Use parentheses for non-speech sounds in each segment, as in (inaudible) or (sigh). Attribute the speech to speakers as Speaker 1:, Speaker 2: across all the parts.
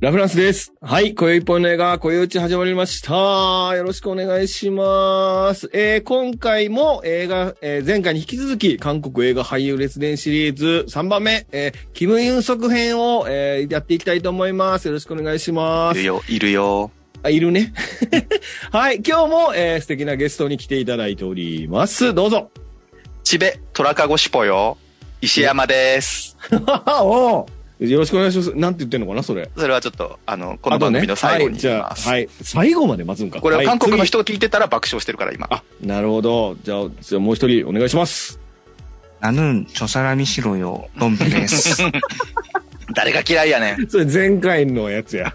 Speaker 1: ラフランスです。はい、今宵一本の映画、今宵うち始まりました。よろしくお願いします。えー、今回も映画、えー前回に引き続き、韓国映画俳優列伝シリーズ3番目、えー、キム・ユンソク編を、えーやっていきたいと思います。よろしくお願いしま
Speaker 2: いる
Speaker 1: す。
Speaker 2: よ、いるよ。
Speaker 1: あ、いるね。 (laughs) はい、今日も、えー素敵なゲストに来ていただいております。どう
Speaker 2: (laughs)
Speaker 1: ぞ。
Speaker 2: チベ、トラカゴシポよ。石山です。
Speaker 1: おうよろしくお願いします。なんて言ってんのかな、それ。
Speaker 2: それはちょっと、あの、この番組の最後に
Speaker 1: あとねはい、じゃ
Speaker 2: 言い
Speaker 1: あ、
Speaker 2: ます。
Speaker 1: はい。最後まで待つんか。
Speaker 2: これは韓国
Speaker 1: は
Speaker 2: の
Speaker 1: い次
Speaker 2: 人が聞いてたら爆笑してるから、今。
Speaker 1: あ、なるほど。じゃあ、じゃあもう一人お願いします。
Speaker 3: 나는 저 사람이 싫어요. 럼비네스.
Speaker 2: 誰が嫌いやねん。
Speaker 1: それ前回のやつや。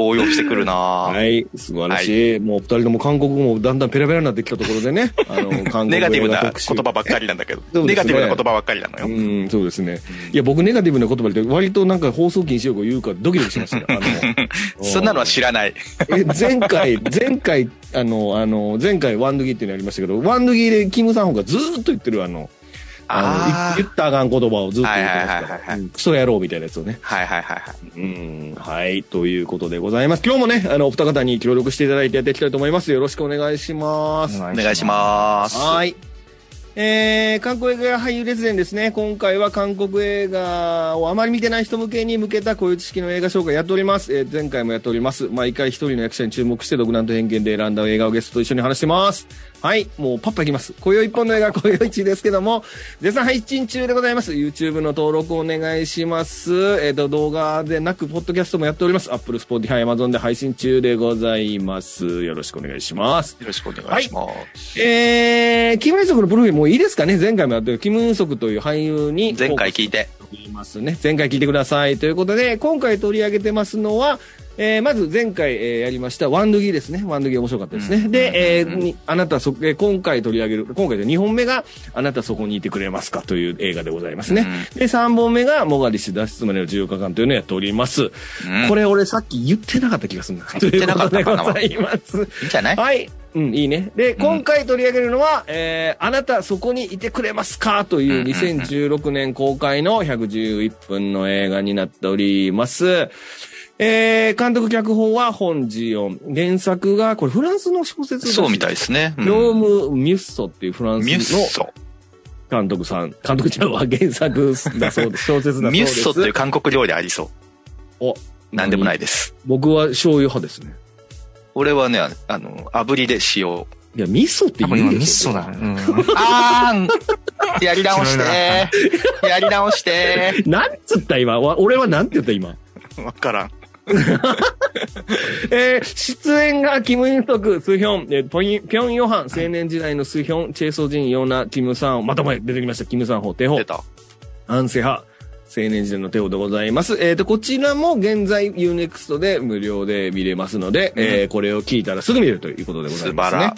Speaker 2: 応用してくるなぁ
Speaker 1: はい。素晴らしい。もう二人とも韓国語もだんだんペラペラになってきたところで
Speaker 2: (laughs)
Speaker 1: ね。あの、韓国
Speaker 2: ネガティブな言
Speaker 1: 特集
Speaker 2: 葉ばっかりなんだけど。
Speaker 1: そうですね
Speaker 2: ネガティブな言葉ばっかりなのよ。
Speaker 1: うん、そうですね。いや、僕ネガティブな言葉で割となんか放送禁止用語言うからドキドキしましたよ。あの
Speaker 2: (laughs) そんなのは知らない。
Speaker 1: え、前回、前回、あの、あの、前回ワンドギーっていうのやりましたけど、ワンドギーでキムさんほがずーっと言ってるあの、あの、
Speaker 2: あー
Speaker 1: い言ったらあかん言葉をずっと言ってます
Speaker 2: はいはいは
Speaker 1: か
Speaker 2: いは
Speaker 1: ら、
Speaker 2: い
Speaker 1: うんクソ野郎みたいなやつをね。
Speaker 2: はいはいはいは
Speaker 1: う
Speaker 2: い。
Speaker 1: ん、はい、ということでございます。今日もね、あの、お二方に協力していただいてやっていきたいと思います。よろしくお願いします。
Speaker 2: お願いします。
Speaker 1: はい。えー、韓国映画俳優列伝ですね。今回は韓国映画をあまり見てない人向けに向けたこういう知識の映画紹介やっております。えー、前回もやっております。毎回一人の役者に注目して独断と偏見で選んだ映画をゲストと一緒に話してます。はい。もうパッパいきます。今宵一本の映画、今宵一ですけども、絶賛配信中でございます。YouTube の登録お願いします。えっ、と、動画でなく、ポッドキャストもやっております。Apple、Spotify、Amazon で配信中でございます。よろしくお願いします。
Speaker 2: よろしくお願いします。
Speaker 1: えー、キム・インソクのプロフィールもういいですかね前回もやってるキム・インソクという俳優に。
Speaker 2: 前回聞いて。
Speaker 1: 言いますね。前回聞いてください。ということで、今回取り上げてますのは、えーまず前回、えーやりました、ワンドギーですね。ワンドギー面白かったですね。
Speaker 2: うん
Speaker 1: で、え
Speaker 2: うん
Speaker 1: ーにあなたそ、えー今回取り上げる、今回で2本目が、あなたそこにいてくれますかという映画でございますね。で、3本目が、モガリシュ脱出までの14日間というのをやっております。
Speaker 2: うん。うん
Speaker 1: これ俺さっき言ってなかった気がするな。
Speaker 2: 言ってなかったかな
Speaker 1: ということでございます。
Speaker 2: いいんじゃない
Speaker 1: はい。うん、いいね。で、
Speaker 2: ん
Speaker 1: 今回取り上げるのは、えー、あなたそこにいてくれますかという
Speaker 2: うんうんうん
Speaker 1: 2016年公開の111分の映画になっております。えー、監督脚本は本ジオン。原作が、これフランスの小説
Speaker 2: そうみたい
Speaker 1: い。
Speaker 2: ですね。うん
Speaker 1: ノーム・ミュッソっていうフランス
Speaker 2: ミュッ
Speaker 1: の
Speaker 2: ソ。
Speaker 1: 監督さん。監督ちゃんは原作だそう
Speaker 2: (laughs)
Speaker 1: です。小説だそうです。
Speaker 2: ミュッソっていう韓国料理ありそう。
Speaker 1: お、。
Speaker 2: なんでもないいです。
Speaker 1: 僕は醤油派ですね。
Speaker 2: 俺はね、あの、炙りで塩。
Speaker 1: いや、味噌って言
Speaker 3: 아,
Speaker 1: うでし
Speaker 3: 이거
Speaker 1: ょ
Speaker 3: 미소다. 응.
Speaker 2: あーんやり直して (laughs) やり直して
Speaker 1: なんつった今わ俺はなんて言った今。
Speaker 2: わからん。
Speaker 1: えー出演がキム・インソク、スヒョン、えーポインピョン・ヨハン、青年時代のスヒョン、チェ・ソジン、ヨナ、キム・サンホ、また前出てきました、キム・サンホ、テホ
Speaker 2: 出、た。
Speaker 1: アンセハ、青年時代のテホでございます。えっ、と、こちらも現在 UNEXT で無料で見れますので、
Speaker 2: うん
Speaker 1: えーこれを聞いたらすぐ見れるということでございます、ね。
Speaker 2: 素晴ら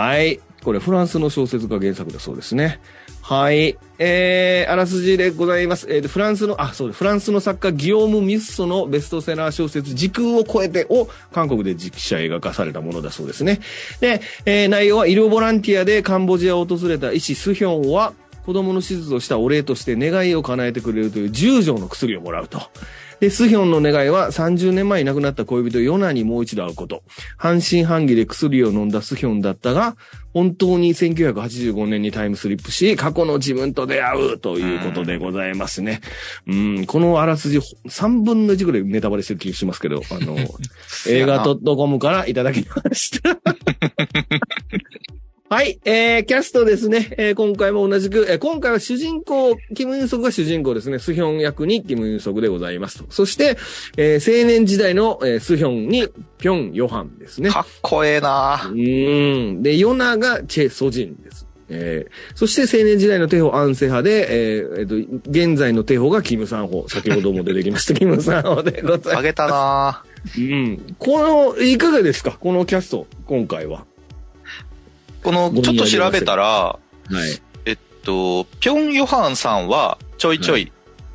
Speaker 1: はい。これフランスの小説が原作だそうですね。はい。えー、あらすじでございます。えーと、フランスの、あ、そうです。フランスの作家、ギオーム・ミュッソのベストセラー小説、時空を超えてを、韓国で実写映画化されたものだそうですね。で、えー内容は医療ボランティアでカンボジアを訪れた医師スヒョンは、子供の手術をしたお礼として願いを叶えてくれるという10錠の薬をもらうと。で、スヒョンの願いは30年前に亡くなった恋人ヨナにもう一度会うこと。半信半疑で薬を飲んだスヒョンだったが、本当に1985年にタイムスリップし、過去の自分と出会うということでございますね。うん、このあらすじ3分の1ぐらいネタバレしてる気がしますけど、あの、映画 .com からいただきました。 (laughs) はい、えー、キャストですね。えー今回も同じく、えー今回は主人公、キム・ユンソクが主人公ですね。スヒョン役にキム・ユンソクでございますと。そして、えー青年時代の、えースヒョンにピョン・ヨハンですね。
Speaker 2: かっこええ
Speaker 1: う
Speaker 2: な
Speaker 1: ーん。で、ヨナがチェ・ソジンです。えー、そして青年時代のテホ・アンセハで、えーえーと、現在のテホがキム・サンホ。先ほども出てきま (laughs) した、キム・サンホでござい
Speaker 2: あ
Speaker 1: ます。
Speaker 2: げたな
Speaker 1: うん。この、いかがですかこのキャスト、今回は。
Speaker 2: この、ちょっと調べたら、
Speaker 1: はい。
Speaker 2: えっと、ピョン・ヨハンさんは、ちょいちょい、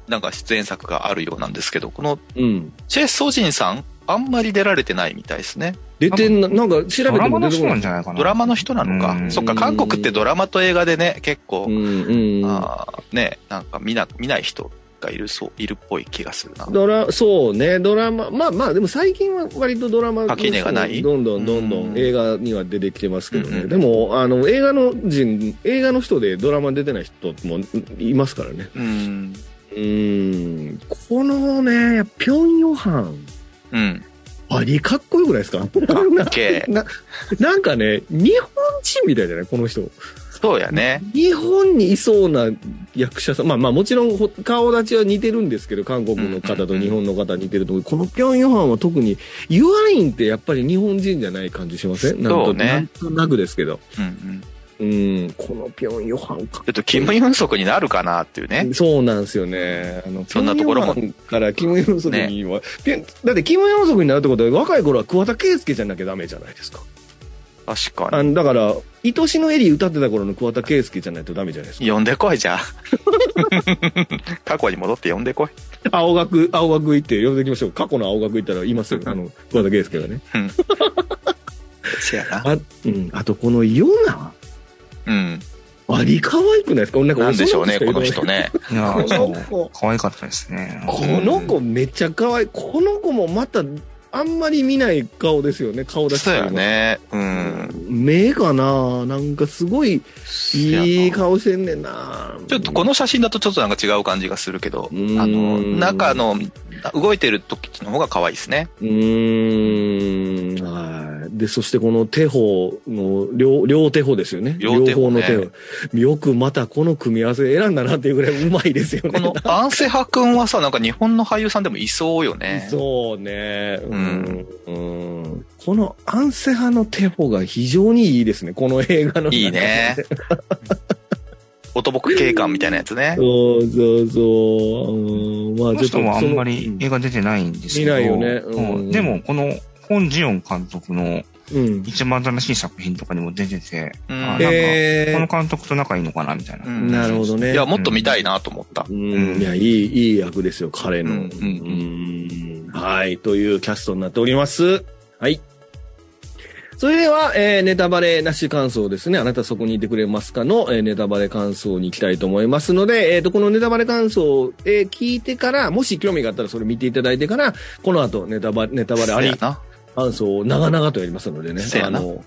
Speaker 2: なんか出演作があるようなんですけど、この、
Speaker 1: うん。
Speaker 2: チェ・ソジンさん、あんまり出られてないみたいですね。
Speaker 1: 出てんな、なんか調べて
Speaker 3: 드라마
Speaker 1: も出てこ
Speaker 3: 나시는
Speaker 1: ない。
Speaker 3: 거잖아요.
Speaker 2: ドラマの人なの
Speaker 3: う
Speaker 2: か。
Speaker 3: ん
Speaker 2: そっか、韓国ってドラマと映画でね、結構
Speaker 1: う、ん、うん。
Speaker 2: あーね、なんか見な、見ない人かいるそう、いるっぽい気がするな。
Speaker 1: ドラ、そうね、ドラマ、まあまあ、でも最近は割とドラマ
Speaker 2: 垣根がない
Speaker 1: どんどんどんど
Speaker 2: うんん
Speaker 1: 映画には出てきてますけどね。
Speaker 2: うんうん
Speaker 1: でも、あの、映画の人、映画の人でドラマ出てない人もいますからね。
Speaker 2: うん。
Speaker 1: うーん。このね、ピョン・ヨハン、
Speaker 2: うん。
Speaker 1: バリかっこよくない (laughs) ですか
Speaker 2: かっけ (laughs) え。
Speaker 1: ななんかね、日本人みたいじゃないこの人。
Speaker 2: そうやね。
Speaker 1: 日本にいそうな役者さん、まあまあもちろんほ顔立ちは似てるんですけど、韓国の方と日本の方似てると思う。このピョン・ヨハンは特に、ユアインってやっぱり日本人じゃない感じしませんなん
Speaker 2: そ
Speaker 1: と
Speaker 2: うね
Speaker 1: なんとなくですけど。
Speaker 2: うんうん。ち
Speaker 1: うん、このピョン・ヨハンか。
Speaker 2: ょっとキム・ユンソクになるかなっていうね。
Speaker 1: そうなんですよね。あの、
Speaker 2: そんなところも
Speaker 1: ピョンヨハンからキム・ヨンソクには、ピョンだってキム・ヨンソクになるってことは若い頃は桑田佳祐じゃなきゃダメじゃないですか。
Speaker 2: 確か
Speaker 1: あのだから、愛しのエリー歌ってた頃の桑田佳祐じゃないとダメじゃないですか
Speaker 2: に。。呼んでこい、じゃあ。 (laughs) 過去に戻って呼んでこい。
Speaker 1: (laughs) 青学、青学行って呼んできましょう。過去の青学行ったらいますよ。あの、桑田佳祐がね。
Speaker 2: (laughs) せやな。
Speaker 1: あ、うん。あと、このヨナ。
Speaker 2: うん。
Speaker 1: あり可愛くないですかなんか
Speaker 2: なんでしょうね、こ
Speaker 1: 男
Speaker 2: の
Speaker 1: 子し
Speaker 2: 人
Speaker 1: か
Speaker 2: ね。
Speaker 3: いや
Speaker 1: 言わない、
Speaker 3: そ
Speaker 1: こ
Speaker 3: う
Speaker 1: の。子。
Speaker 3: 可愛かったですね。
Speaker 1: この子めっちゃ可愛い。この子もまた、あんまり見ない顔ですよね。顔出し
Speaker 2: そう
Speaker 1: て
Speaker 2: や。ね。うん。
Speaker 1: 目かななんかすごいいい
Speaker 2: ちょ
Speaker 1: 顔してんねんな
Speaker 2: っとこの写真だとちょっとなんか違う感じがするけど、あ
Speaker 1: うん
Speaker 2: の、中の、動いてる時の方が可愛いですね。
Speaker 1: うーんはい。で、そしてこの手法の両、両手法ですよね。
Speaker 2: 両手
Speaker 1: 方
Speaker 2: 法
Speaker 1: の
Speaker 2: ね
Speaker 1: 手法。よくまたこの組み合わせ選んだなっていうぐらいうまいですよね。
Speaker 2: こ (laughs) のアンセハ君はさ、なんか日本の俳優さんでもいそうよね。
Speaker 1: そうね。うんん。うんこのアンセ派の手法が非常にいいですね。この映画の中で。
Speaker 2: いい (laughs) ね。男警官みたいなやつね。
Speaker 1: そうそうそう。うん。まあ
Speaker 3: この
Speaker 1: ちょっと
Speaker 3: 人はあんま
Speaker 1: そ
Speaker 3: り
Speaker 1: の
Speaker 3: 映画出てないんですけ
Speaker 1: 見
Speaker 3: ど。
Speaker 1: ないよねうん
Speaker 3: うんでも、この、ホン・ジヨン監督の
Speaker 1: うん。
Speaker 3: 一番新しい作品とかにも出てて、
Speaker 2: う
Speaker 3: あなん
Speaker 2: ん
Speaker 3: か、
Speaker 1: え
Speaker 3: この
Speaker 1: ー
Speaker 3: 監督と仲いいのかなみたいな。
Speaker 2: うん
Speaker 1: なるほどね。
Speaker 2: いや、もっと見たいなと思った。
Speaker 1: うん、いや、いい、いい役ですよ、彼の。
Speaker 2: うん
Speaker 1: うんはい、というキャストになっております。はい。それでは、えーネタバレなし感想ですね。あなたそこにいてくれますかの、えーネタバレ感想に行きたいと思いますので、えっ、と、このネタバレ感想、えー聞いてから、もし興味があったらそれ見ていただいてから、この後ネタバレ、ネタバレあ
Speaker 2: せや
Speaker 1: り
Speaker 2: な。
Speaker 1: 感想を長々とやりますのでね。
Speaker 2: せやな
Speaker 1: あの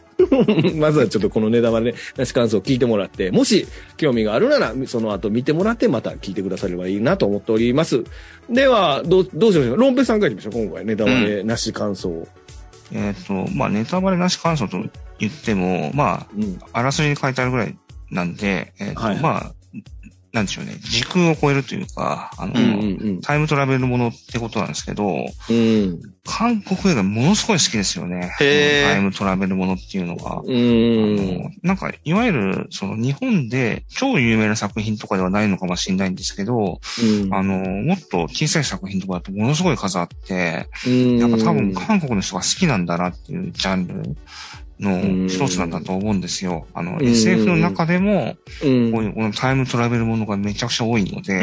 Speaker 1: まずはちょっとこのネタバレなし感想を聞いてもらって、もし興味があるなら、その後見てもらって、また聞いてくださればいいなと思っております。では、どう、どうしましょうロンペさんからいきましょう、今回。ネタバレなし感想を。
Speaker 3: えっ、と、まあ、ネタバレなし感想と言っても、ま
Speaker 1: うん。
Speaker 3: あ、あらすじに書いてあるぐらいなんで、えっ、と、
Speaker 1: はい
Speaker 3: まあ、なんでしょうね。時空を超えるというか、あの、
Speaker 2: う
Speaker 1: うん、
Speaker 2: ん
Speaker 1: うん、
Speaker 3: タイムトラベルものってことなんですけど、
Speaker 1: うん。
Speaker 3: 韓国映画ものすごい好きですよね。
Speaker 2: へー
Speaker 3: タイムトラベルものっていうのが。
Speaker 1: う
Speaker 3: あ
Speaker 1: ん
Speaker 3: の。なんか、いわゆる、その日本で超有名な作品とかではないのかもしれないんですけど、あの、もっと小さい作品とかだとものすごい数あって、
Speaker 1: うん。
Speaker 3: なんか多分韓国の人が好きなんだなっていうジャンルの一つなんだと思うんですよ。あの、
Speaker 1: ん
Speaker 3: SF の中でも、
Speaker 1: うん
Speaker 3: こういうこのタイムトラベルものがめちゃくちゃ多いので、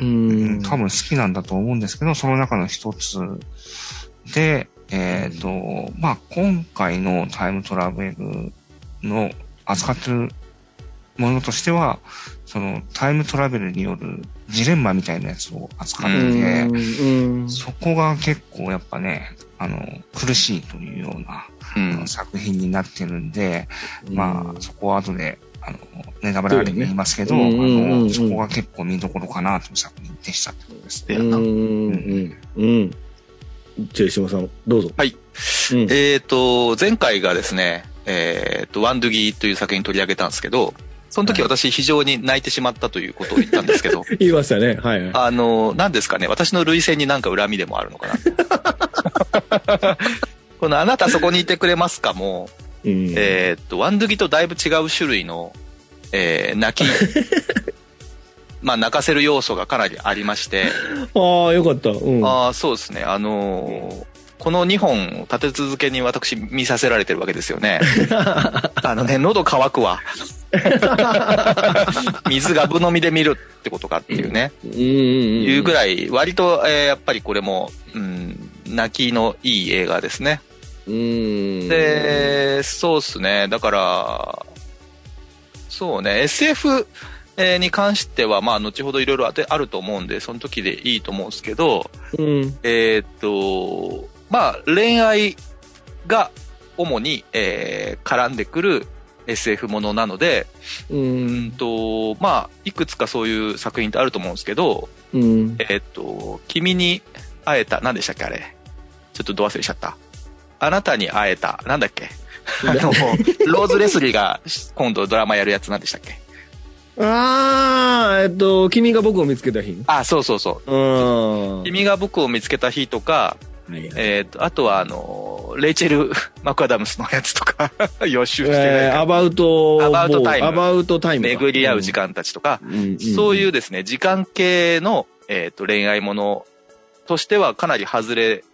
Speaker 1: う
Speaker 3: うん
Speaker 1: ん。
Speaker 3: 多分好きなんだと思うんですけど、その中の一つで、えっ、と、まあ、今回のタイムトラベルの扱ってるものとしては、そのタイムトラベルによるジレンマみたいなやつを扱ってて、
Speaker 1: うん。
Speaker 3: そこが結構やっぱね、あの、苦しいというような、
Speaker 2: うん。うん
Speaker 3: 作品になってるんで、
Speaker 1: うん
Speaker 3: まあ、そこは後で、あの、ネタバレありに言いますけど、
Speaker 1: そうだねうんうんうんう
Speaker 3: あの、
Speaker 1: ん
Speaker 3: そこが結構見どころかなという作品でしたってことです
Speaker 2: せ
Speaker 3: ね。
Speaker 2: やな
Speaker 1: うん、うん、うん。じゃあ、石島さん、どうぞ。
Speaker 2: はい。
Speaker 1: うん。
Speaker 2: えっと、前回がですね、えっと、ワンドゥギーという作品取り上げたんですけど、その時私非常に泣いてしまったということを言ったんですけど、
Speaker 1: 言いましたね。はいはい。
Speaker 2: あの、何ですかね、私の類線になんか恨みでもあるのかな。 (laughs) このあなたそこにいてくれますかも、
Speaker 1: うん
Speaker 2: えーっと、ワンドゥギとだいぶ違う種類の、え
Speaker 1: (laughs)
Speaker 2: ー泣き、まあ泣かせる要素がかなりありまして、
Speaker 1: ああ、よかった。うん。
Speaker 2: ああ、そうですね、あのーこの2本を立て続けに私見させられてるわけですよ
Speaker 1: (laughs)
Speaker 2: ね。あのね、喉乾くわ。水がぶ飲みで見るってことかっていうね。
Speaker 1: うんうん
Speaker 2: いうぐ
Speaker 1: らい。
Speaker 2: らい、割と、えーやっぱりこれも、うん、泣きのいい映画ですね。
Speaker 1: うん。
Speaker 2: で、そうっすね。だから、そうね、SF、えーに関しては、まあ、後ほどいろいろあてあると思うんで、その時でいいと思うんですけど、
Speaker 1: うん。
Speaker 2: えーっと、まあ、恋愛が主に、えー絡んでくる SF ものなので、
Speaker 1: う
Speaker 2: うん
Speaker 1: ん。
Speaker 2: と、まあ、いくつかそういう作品ってあると思うんですけど、
Speaker 1: うん。
Speaker 2: えーっと、君に会えた、何でしたっけあれ。ちょっとど忘れしちゃった。あなたに会えた、なんだっけあの、ローズ・レスリーが今度ドラマやるやつなんでしたっけ
Speaker 1: あー、えっと、君が僕を見つけた日。うん。
Speaker 2: あ、そうそうそう。
Speaker 1: は
Speaker 2: 君が僕を見つけた日とか、
Speaker 1: い
Speaker 2: えっ、と、あとは、あのーレイチェル・ (laughs) マクアダムスのやつとか、 (laughs) 予習してない
Speaker 1: えー
Speaker 2: か
Speaker 1: アバウト、
Speaker 2: アバウトタイム
Speaker 1: アバウトタイムか。
Speaker 2: 巡り合う時間たちとか、
Speaker 1: うん、うん
Speaker 2: そういうですね、時間系の、えーと、恋愛ものとしてはかなり外れ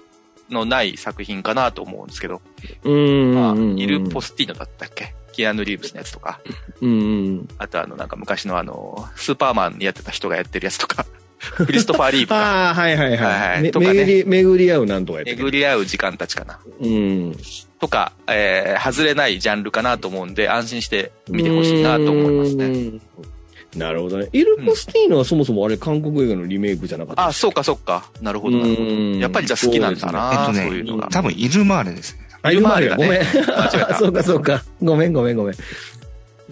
Speaker 2: のない作品かなと思うんですけど、
Speaker 1: うん、
Speaker 2: まあ
Speaker 1: うん
Speaker 2: イル・ポスティーノだったっけキアヌ・リーブスのやつとか、
Speaker 1: うんうん。
Speaker 2: あとあの、なんか昔のあの、スーパーマンやってた人がや (laughs) ってるやつとか、クリストファー・リーブが
Speaker 1: ああ、はいはい
Speaker 2: はい
Speaker 1: は。
Speaker 2: はいい
Speaker 1: め
Speaker 2: とかね
Speaker 1: 巡り、巡り合うなんとかやって
Speaker 2: 巡り合う時間たちかな。
Speaker 1: うん。
Speaker 2: とか、えー外れないジャンルかなと思うんで、安心して見てほしいなと思いますね。
Speaker 1: ね。なるほどね。イル・ポスティーノはそもそもあれ韓国映画のリメイクじゃなかった
Speaker 2: あ、そうかそうか。なるほど、なるほど。
Speaker 1: うん
Speaker 2: やっぱりじゃあ好きなんだな、
Speaker 3: そ
Speaker 2: そうう,、
Speaker 3: ですね
Speaker 2: いうのが。
Speaker 3: 多分、イルマーレですね。
Speaker 1: あ、イルマーレだ。ごめん。
Speaker 2: 間 (laughs) 違えた。
Speaker 1: そうかそうか。ごめんごめんごめん。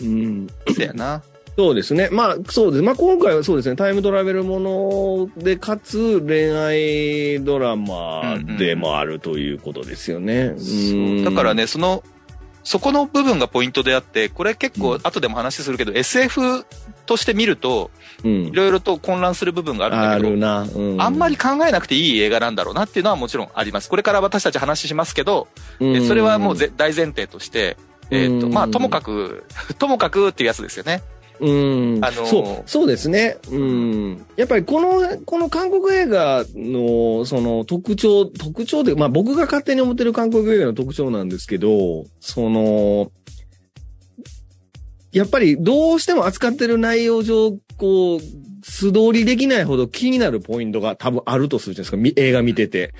Speaker 1: うん、
Speaker 2: そうやな。
Speaker 1: そうですね。まあ、そうです。まあ、今回はそうですね。タイムトラベルもので、かつ恋愛ドラマでもあるということですよね。うん
Speaker 2: だから、ね、その、そこの部分がポイントであって、これ結構後でも話するけど、SF として見ると、
Speaker 1: うん
Speaker 2: い、ろいろと混乱する部分があるん
Speaker 1: あ
Speaker 2: だけ
Speaker 1: る
Speaker 2: ど、
Speaker 1: な。う
Speaker 2: あんまり考えなくていい映画なんだろうなっていうのはもちろんあります。これから私たち話しますけど、えそれはもうぜ大前提として、えっ、と、まあ、ともか
Speaker 1: く、
Speaker 2: く、 (laughs) ともかくっていうやつですよね。
Speaker 1: うん
Speaker 2: あのー
Speaker 1: そう、そうですね。うん。やっぱりこの、この韓国映画の、その特徴、特徴で、まあ僕が勝手に思ってる韓国映画の特徴なんですけど、その、やっぱりどうしても扱ってる内容上、こう、素通りできないほど気になるポイントが多分あるとするじゃないですかみ、映画見てて。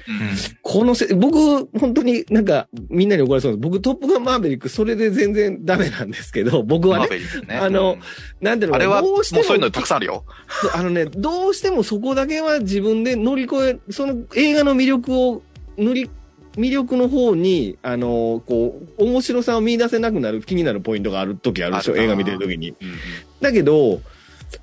Speaker 1: このせ、僕、本当になんか、みんなに怒られそうです。僕、トップガンマーベリック、それで全然ダメなんですけど、僕は
Speaker 2: マ
Speaker 1: ね
Speaker 2: ー。ベリックね。
Speaker 1: あの
Speaker 2: うん
Speaker 1: なんていうの
Speaker 2: あ
Speaker 1: かな
Speaker 2: れは、
Speaker 1: ど
Speaker 2: もう
Speaker 1: うしても
Speaker 2: そういうのたくさんあるよ。
Speaker 1: そうあのね、どうしてもそこだけは自分で乗り越え、その映画の魅力を、塗り、魅力の方に、あの、こう、面白さを見出せなくなる、気になるポイントがある時あるでしょ、
Speaker 2: あるな
Speaker 1: 映画見てる時に。だけど、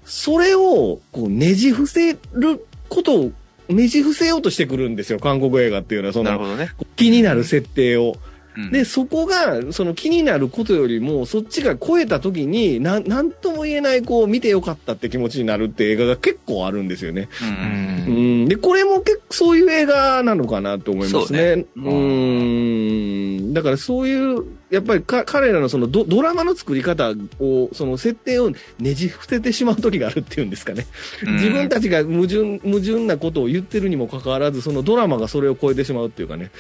Speaker 1: それを、こう、ねじ伏せることを、ねじ伏せようとしてくるんですよ、韓国映画っていうのは、そ
Speaker 2: なる
Speaker 1: の、
Speaker 2: ほどね。
Speaker 1: 気になる設定を。
Speaker 2: うん
Speaker 1: で、そこが、その気になることよりも、そっちが超えた時に、なん、なんとも言えない、こう、見てよかったって気持ちになるって映画が結構あるんですよね。
Speaker 2: う
Speaker 3: うん。
Speaker 1: うんん。で、これも結構そういう映画なのかなと思いますね。う
Speaker 2: うね
Speaker 1: ん。だからそういう、やっぱりか彼らのそのドドラマの作り方を、その設定をねじ伏せてしまう時があるっていうんですかね。
Speaker 2: うん
Speaker 1: 自分たちが矛盾、矛盾なことを言ってるにもかかわらず、そのドラマがそれを超えてしまうっていうかね。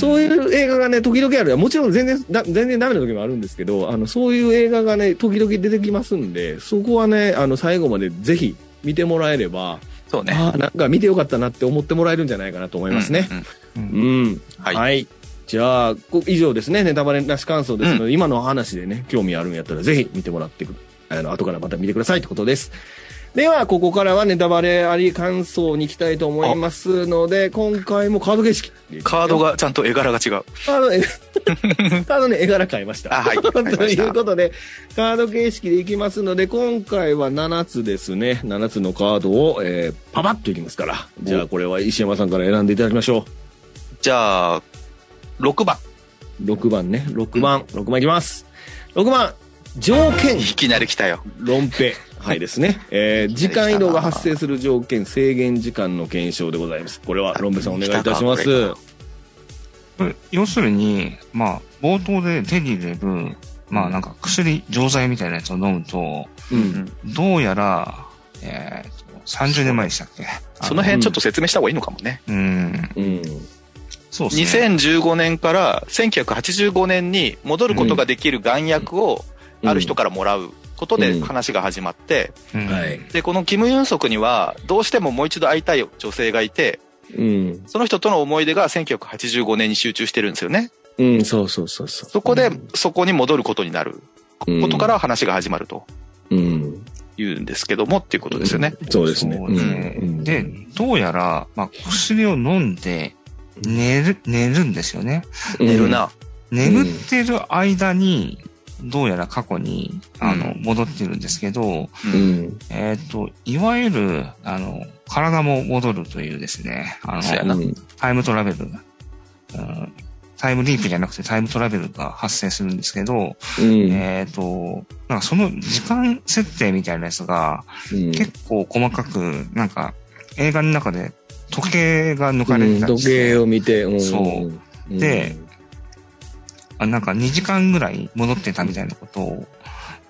Speaker 1: そう
Speaker 2: う
Speaker 1: いう映画がね、時々ある。もちろん全然、だ全然ダメな時もあるんですけど、あの、そういう映画がね、時々出てきますんで、そこはね、あの、最後までぜひ見てもらえれば、
Speaker 2: ん。そうね。
Speaker 1: ああ、なんか見てよかったなって思ってもらえるんじゃないかなと思いますね。
Speaker 2: うんうん
Speaker 1: うん。
Speaker 2: は
Speaker 1: はい。
Speaker 2: い。
Speaker 1: じゃあ、こ以上ですね。ネタバレなし感想ですので、今のお話でね、興味あるんやったらぜひ見てもらってくあの、後からまた見てくださいってことです。では、ここからはネタバレあり感想に行きたいと思いますので、今回もカード形式。
Speaker 2: カードがちゃんと絵柄が違う。
Speaker 1: カードね、カードね、絵柄変えました。
Speaker 2: あ
Speaker 1: (laughs)
Speaker 2: はい
Speaker 1: と
Speaker 2: 変えました
Speaker 1: いうことで、カード形式でいきますので、今回は7つですね。7つのカードを、えーパパッといきますから。じゃあ、これは石山さんから選んでいただきましょ
Speaker 2: じゃあ、6番。
Speaker 1: う。6番ね。6番。6番いきます。6番。条件
Speaker 2: いきなり来たよ。
Speaker 1: 論平。はいですね。えー時間移動が発生する条件、制限時間の検証でございます。これは、論平さんお願いいたしま
Speaker 2: 来た
Speaker 1: す
Speaker 2: か。
Speaker 3: 要するに、まあ、冒頭で手に入れる、まあなんか薬、錠剤みたいなやつを飲むと、
Speaker 1: うん。
Speaker 3: どうやら、えーと、30年前でしたっけ
Speaker 2: その辺ちょっと説明した方がいいのかもね。
Speaker 3: あのうん。
Speaker 1: うん。
Speaker 3: そうですね。
Speaker 2: 2015年から1985年に戻ることができる眼薬をある人からもらうこと
Speaker 1: うん
Speaker 2: で話が始まって、
Speaker 3: うん
Speaker 1: はい。
Speaker 2: で、このキム・ユンソクにはどうしてももう一度会いたい女性がいて、
Speaker 1: うん。
Speaker 2: その人との思い出が1985年に集中してるんですよね。
Speaker 1: うん、そうそうそうそう。
Speaker 2: そこで、そこに戻ることになる。
Speaker 1: うん
Speaker 2: ことから話が始まると。
Speaker 1: うん。
Speaker 2: 言うんですけどもっていうことですよね。
Speaker 1: そうですね。
Speaker 3: そううです
Speaker 1: ん
Speaker 3: ね
Speaker 1: うん
Speaker 3: で、どうやら、まあ、薬を飲んで、寝る、寝るんですよね。
Speaker 2: 寝る。な。
Speaker 3: 眠ってる間に、どうやら過去に、あの、
Speaker 2: う
Speaker 3: 戻ってるんですけど、
Speaker 1: う
Speaker 2: うん
Speaker 1: ん。
Speaker 3: えっ、と、いわゆる、あの、体も戻るというですね、あ
Speaker 2: そうやな
Speaker 3: の、
Speaker 1: うん
Speaker 3: タイムトラベル、うんタイムリープじゃなくてタイムトラベルが発生するんですけど、
Speaker 1: うん
Speaker 3: えっ、と、なんかその時間設定みたいなやつが、
Speaker 1: うん
Speaker 3: 結構細かく、なんか、映画の中で時計が抜かれ
Speaker 1: う
Speaker 3: て
Speaker 1: ん
Speaker 3: たり
Speaker 1: 時
Speaker 3: し
Speaker 1: 計
Speaker 3: て、
Speaker 1: を見て、ん
Speaker 3: そう
Speaker 1: うん
Speaker 3: であなんか2時間ぐらい戻ってたみたいなことを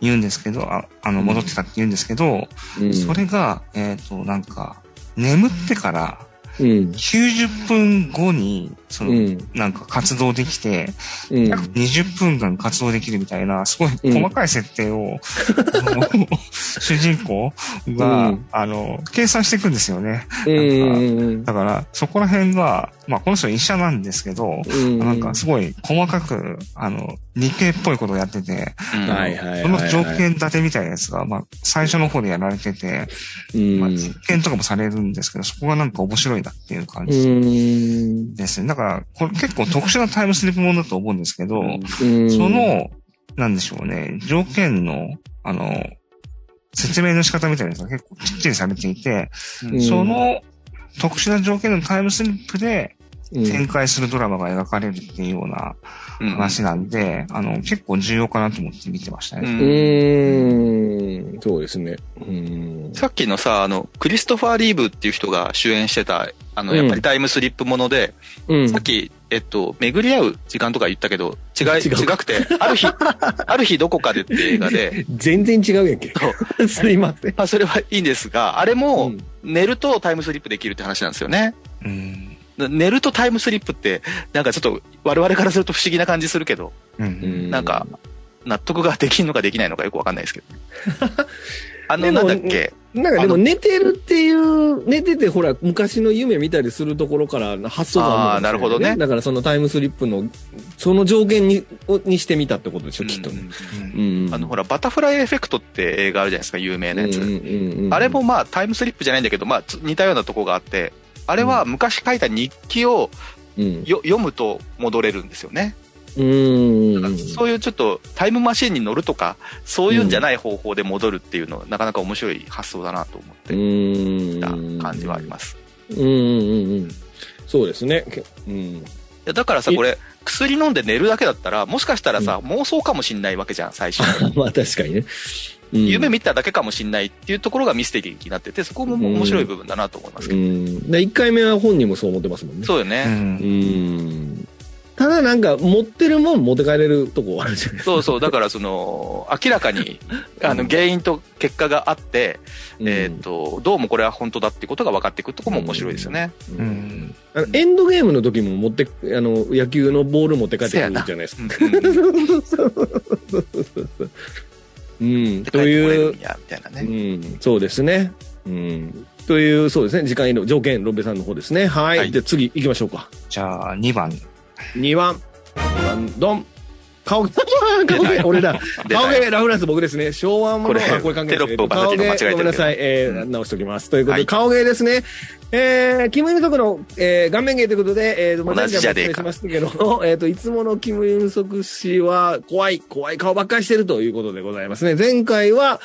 Speaker 3: 言うんですけど、ああの、戻ってたって言うんですけど、
Speaker 1: うん
Speaker 3: それが、えっ、と、なんか、眠ってから
Speaker 1: うん。
Speaker 3: 90分後に、その、
Speaker 1: うん。
Speaker 3: なんか活動できて、
Speaker 1: うん。
Speaker 3: 約20分間活動できるみたいな、すごい
Speaker 1: うん
Speaker 3: 細かい設定を、あの (laughs) 主人公が、
Speaker 1: うん
Speaker 3: あの、計算していくんですよね。
Speaker 1: うん
Speaker 3: だから、そこら辺が、まあ、この人医者なんですけど、
Speaker 1: うん。
Speaker 3: なんかすごい細かく、あの、日系っぽいことをやってて、
Speaker 2: うん
Speaker 1: はいはいはいはい
Speaker 3: その条件立てみたいなやつが、まあ、最初の方でやられてて、
Speaker 1: うん、
Speaker 3: まあ、実験とかもされるんですけど、そこがなんか面白いなっていう感
Speaker 1: う
Speaker 3: じ
Speaker 1: ん。
Speaker 3: ですね。だから、これ結構特殊なタイムスリップものだと思うんですけど、
Speaker 1: うん
Speaker 3: そ、の、なんでしょうね、条件の、あの、説明の仕方みたいなやつが結構きっちりされていて、
Speaker 1: うん
Speaker 3: その特殊な条件のタイムスリップで
Speaker 1: うん
Speaker 3: 展開するドラマが描かれるっていうような
Speaker 2: うん
Speaker 3: 話なんで、あの、結構重要かなと思って見てました
Speaker 2: う
Speaker 3: ね。
Speaker 1: うんーん。そうですね。うん。
Speaker 2: さっきのさ、あの、クリストファー・リーブっていう人が主演してた、あの、やっぱりタイムスリップもので、
Speaker 1: うん
Speaker 2: さっき、えっと、巡り合う時間とか言ったけど、違い、
Speaker 1: (laughs) 違う
Speaker 2: 違くて、
Speaker 1: (laughs)
Speaker 2: ある日、ある日どこかでっていう映画で、
Speaker 1: 全然違うやんけ。 (laughs) すいません。
Speaker 2: まあそれはいいんですが、あれも
Speaker 1: うん
Speaker 2: 寝るとタイムスリップできるって話なんですよね。
Speaker 3: うん。
Speaker 2: な寝るとタイムスリップって、なんかちょっと我々からすると不思議な感じするけど、
Speaker 1: う
Speaker 3: う。
Speaker 1: んん
Speaker 2: なんか、納得ができるのかできないのかよくわかんないですけ
Speaker 1: (laughs)
Speaker 2: ど。あの、
Speaker 1: でも
Speaker 2: なんだっけ
Speaker 1: なんかで
Speaker 2: あの
Speaker 1: も寝てるっていう、寝ててほら、昔の夢見たりするところから発想があるのかもしれ
Speaker 2: あーなるほどね
Speaker 1: いだからそのタイムスリップの、その上限に、をにしてみたってことでしょ、きっと
Speaker 2: う。ん
Speaker 1: うん。
Speaker 2: あの、ほら、バタフライエフェクトって映画あるじゃないですか、有名なやつ。あれも、まあ、タイムスリップじゃないんだけど、まあ、つ似たようなとこがあって、あれは昔書いた日記を
Speaker 1: うん。
Speaker 2: よ読むと戻れるんですよね。
Speaker 1: うん。
Speaker 2: そういうちょっとタイムマシンに乗るとか、そういうんじゃない方法で戻るっていうのは、なかなか面白い発想だなと思って
Speaker 1: い
Speaker 2: た感じはあります。
Speaker 1: うんうんうんうん。そうですね。けうん。
Speaker 2: いやだからさ、
Speaker 1: え
Speaker 2: これ、薬飲んで寝るだけだったら、もしかしたらさ、妄想かもしんないわけじゃん、最初。
Speaker 1: まあ確かにね。うん
Speaker 2: 夢見ただけかもしんないっていうところがミステリーになってて、そこも面白い部分だなと思います
Speaker 1: う
Speaker 2: けど。
Speaker 1: ん。で、1回目は本人もそう思ってますもんね。
Speaker 2: そうよ
Speaker 3: う。
Speaker 2: ね。
Speaker 1: うんん。ただなんか、持ってるもん持って帰れるとこあるじゃない
Speaker 2: そうそう、だからその、明らかに、
Speaker 1: (laughs)
Speaker 2: あ
Speaker 1: う
Speaker 2: の、
Speaker 1: ん
Speaker 2: 原因と結果があって、えっ、
Speaker 1: うん
Speaker 2: と、どうもこれは本当だってことが分かってくるとこも面白いですよね。
Speaker 1: う
Speaker 3: うんん。
Speaker 1: あのエンドゲームの時も持って、あの、野球のボール持って帰ってくるじゃないですか。
Speaker 2: うんうん
Speaker 1: うん。(laughs)
Speaker 2: で
Speaker 1: という
Speaker 2: 帰ってこれるんやみたいなね。
Speaker 1: うん、そうですね。うん。という、そうですね。時間の条件、ロベさんの方ですね。はい。
Speaker 2: はい
Speaker 1: じゃあ次行きましょうか。
Speaker 3: じゃあ、2番。
Speaker 1: 2番。2番、ドン。 (laughs) 顔芸、顔
Speaker 2: 出
Speaker 1: 芸、
Speaker 2: た
Speaker 1: 俺だ。
Speaker 2: 出
Speaker 1: 顔
Speaker 2: たよ
Speaker 1: 芸、ラフランス僕ですね。昭和もの
Speaker 2: これ
Speaker 1: あこれ関係ないですね
Speaker 2: テロップをバタキで間違えてる
Speaker 1: 顔芸ごめんなさい。えー
Speaker 2: う
Speaker 1: 直しておきます。ということ
Speaker 2: は
Speaker 1: で、
Speaker 2: い
Speaker 1: 顔芸ですね。えー、キム・イルソクの、えー、顔面芸ということで、えー、
Speaker 2: 同じじゃねえか
Speaker 1: まあ前回もお伝えしましたけど、えっと、いつも (laughs) のキム・イルソク氏は、怖い、怖い顔ばっかりしてるということでございますね。前回は、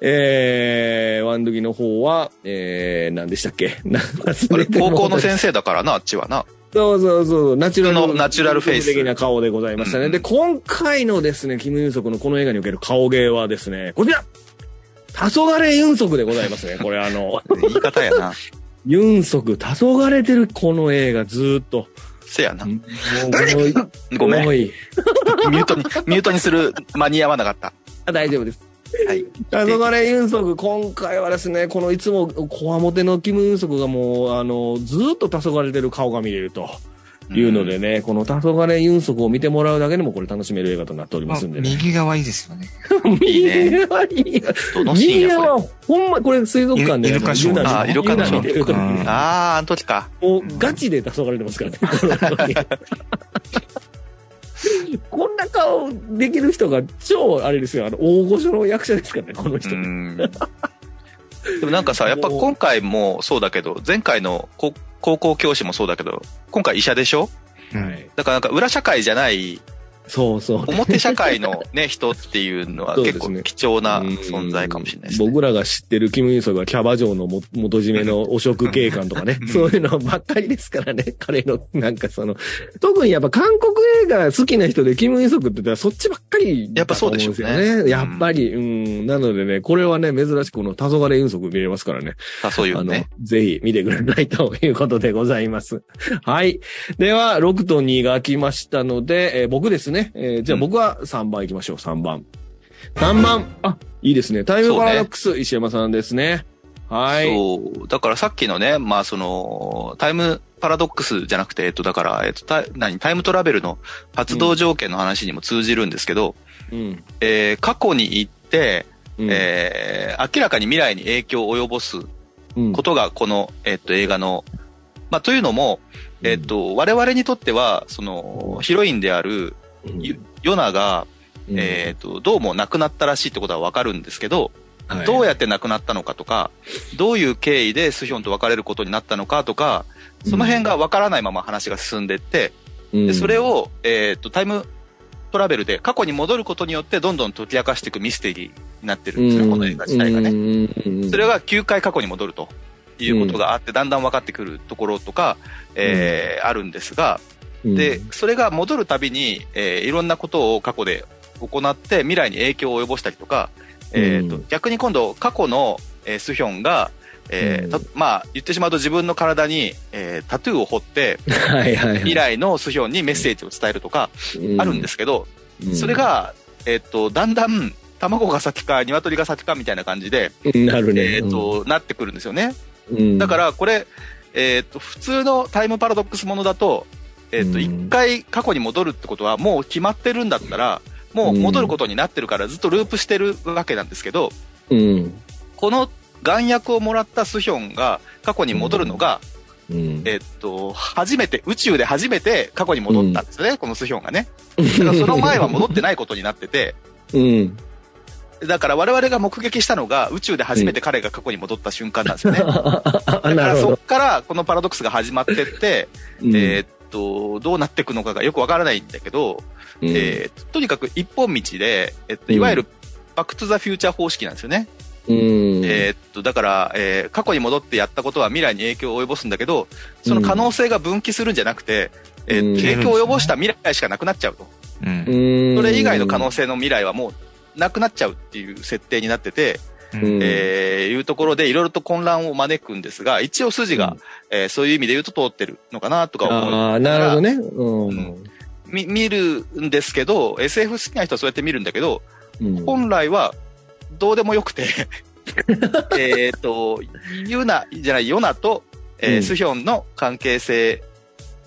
Speaker 1: えー、ワンドギの方は、えー、何でしたっけ (laughs)
Speaker 2: あ
Speaker 1: 忘
Speaker 2: れ
Speaker 1: れても
Speaker 2: 高
Speaker 1: うた
Speaker 2: 校の先生だからな、あっちはな。
Speaker 1: そうそうそう、ナチュラル。
Speaker 2: のナチュラルフェイス
Speaker 1: 的な顔でございましたね。
Speaker 2: うん
Speaker 1: で、今回のですね、キム・ユンソクのこの映画における顔芸はですね、こちら黄昏ユンソクでございますね。これあ
Speaker 2: (laughs)
Speaker 1: の、
Speaker 2: 言い方や
Speaker 1: (laughs)
Speaker 2: な。
Speaker 1: ユンソク、黄昏てるこの映画ずーっと。
Speaker 2: せやな。
Speaker 1: もうこの
Speaker 2: ごめん。
Speaker 1: こ
Speaker 2: ミ
Speaker 1: のい
Speaker 2: ュートに、ミュートにする間に合わなかった。
Speaker 1: あ大丈夫です。
Speaker 2: はい。
Speaker 1: 黄昏ユンソク、今回はですね、このいつもこわもてのキム・ユンソクがもう、あの、ずーっと黄昏てる顔が見れるというのでね、この黄昏ユンソクを見てもらうだけでもこれ楽しめる映画となっており
Speaker 3: ま
Speaker 1: ま
Speaker 3: あ
Speaker 1: すんでね。
Speaker 3: 右側いいですよね。
Speaker 2: いいね
Speaker 1: 右側いいよ
Speaker 2: どのシーン
Speaker 1: 右
Speaker 2: やこ
Speaker 1: 側、ほんま、これ水族館で。
Speaker 3: イルイルカショー
Speaker 1: ユナ
Speaker 2: あイルカのショー
Speaker 1: ユナ見てる時
Speaker 3: うん
Speaker 2: れ。あー、あの時か。 (laughs)
Speaker 1: もうガチで黄昏れてますからね。この時こんな中をできる人が超、あれですよ、あの、大御所の役者ですからね、この人。
Speaker 2: うんでもなんかさ、やっぱ今回もそうだけど、前回の高高校教師もそうだけど、今回医者でしょ
Speaker 3: うん
Speaker 1: はい。
Speaker 2: だからなんか裏社会じゃない、
Speaker 1: そうそう。
Speaker 2: 表社会の
Speaker 1: (laughs)
Speaker 2: ね、人っていうのは
Speaker 1: そうで
Speaker 2: 結
Speaker 1: すね
Speaker 2: 構貴重な存在かもしれないですね。
Speaker 1: 僕らが知ってるキム・イルソンがキャバ嬢のも元締め
Speaker 2: (laughs)
Speaker 1: の汚職警官とかね
Speaker 2: うん、
Speaker 1: そういうのばっかりですからね、 (laughs) 彼の、なんかその、特にやっぱ韓国映画好きな人でキム・イルソンって言ったらそっちばっかり
Speaker 2: やっぱそうでしょうね
Speaker 1: だと思うんですよやっぱり、うん、なのでね、これはね、珍しくこの黄昏遠足見れますからね。
Speaker 2: あそういう
Speaker 1: あ
Speaker 2: の
Speaker 1: の
Speaker 2: ね。、
Speaker 1: ぜひ見てくれないということでございます。 (laughs) はい。では、6と2が来ましたので、えー僕ですね。えーじゃあ
Speaker 2: うん
Speaker 1: 僕は3番行きましょう、3番。3番。あ、いいですね。タイムパラドックス、石山さんですね。はい。
Speaker 2: そう。だからさっきのね、まあその、タイムパラドックスじゃなくて、えっと、だから、えっと、タイ何タイムトラベルの発動条件の話にも通じるんですけど、
Speaker 1: うん。
Speaker 2: えー過去に行って、
Speaker 1: うん
Speaker 2: えー明らかに未来に影響を及ぼす
Speaker 1: うん
Speaker 2: ことが、この、えっと、映画の、まあ、というのも、えっと、我々にとっては、その、ヒロインである
Speaker 1: うん
Speaker 2: ヨナが、
Speaker 1: うん
Speaker 2: えっと、どうも亡くなったらしいってことはわかるんですけど、
Speaker 1: はい
Speaker 2: どうやって亡くなったのかとか、どういう経緯でスヒョンと別れることになったのかとか、その辺が分からないまま話が進んでいって、
Speaker 1: うん
Speaker 2: でそれを、えーっと、タイムトラベルで過去に戻ることによってどんどん解き明かしていくミステリーになってるんですよ、この映画自体がね。
Speaker 1: ね
Speaker 2: それ、が9回過去に戻るということがあって、だんだん分かってくるところとか、えーあるんですが、
Speaker 1: うん
Speaker 2: で、、それが戻るたびに、えーいろんなことを過去で行って、未来に影響を及ぼしたりとか、えーと
Speaker 1: うん
Speaker 2: 逆に今度、過去の、えースヒョンが、えー
Speaker 1: うん
Speaker 2: たまあ、言ってしまうと自分の体に、えータトゥーを彫って、
Speaker 1: (laughs) はいはいはい。。
Speaker 2: 未来のスヒョンにメッセージを伝えるとか、あるんですすけど、
Speaker 1: うん
Speaker 2: それ、が、えーと、だんだん、卵が先か、鶏が先かみたいな感じで、
Speaker 1: なるね。
Speaker 2: えーと、なってくるんですよね。
Speaker 1: うん、
Speaker 2: だからこれ、えーっと普通のタイムパラドックスものだと,、えーっと
Speaker 1: うん
Speaker 2: 1回過去に戻るってことはもう決まってるんだったらもう戻ることになってるからずっとループしてるわけなんですけど
Speaker 1: うん、
Speaker 2: この眼薬をもらったスヒョンが過去に戻るのが、
Speaker 1: うん。
Speaker 2: えーっと初めて宇宙で初めて過去に戻ったんですよね、このスヒョンがね。だからその前は戻ってないことになってて。
Speaker 1: うん。
Speaker 2: だから我々が目撃したのが宇宙で初めて彼が過去に戻った瞬間なんですよね。だか
Speaker 1: (laughs) なる
Speaker 2: ら
Speaker 1: ほ
Speaker 2: そ
Speaker 1: ど
Speaker 2: っ。からこのパラドックスが始まってって、えーっと、どうなっていくのかがよくわからないんだけど、
Speaker 1: うん
Speaker 2: えーっととにかく一本道で、えっと、
Speaker 1: うん
Speaker 2: いわゆる、バックトゥザフューチャー方式なんですよね。
Speaker 1: うん
Speaker 2: えーっと、だから、えー過去に戻ってやったことは未来に影響を及ぼすんだけど、その可能性が分岐するんじゃなくて、えー
Speaker 1: うん
Speaker 2: 影響を及ぼした未来しかなくなっちゃうと。
Speaker 3: うん
Speaker 1: そ
Speaker 2: それ以外の可能性の未来はもうなくなっちゃうっていう設定になってて、
Speaker 3: うん
Speaker 2: えーいうところでいろいろと混乱を招くんですが、一応筋が、えーそういう意味で言うと通ってるのかなとか思う。
Speaker 1: ああ、なるほどね。うん。
Speaker 2: み見るんですけど、SF 好きな人はそうやって見るんだけど、
Speaker 1: うん
Speaker 2: 本来はどうでもよ
Speaker 1: (laughs)
Speaker 2: くて、えっと、ユナ、じゃない、ヨナと、えー
Speaker 1: うん
Speaker 2: スヒョンの関係性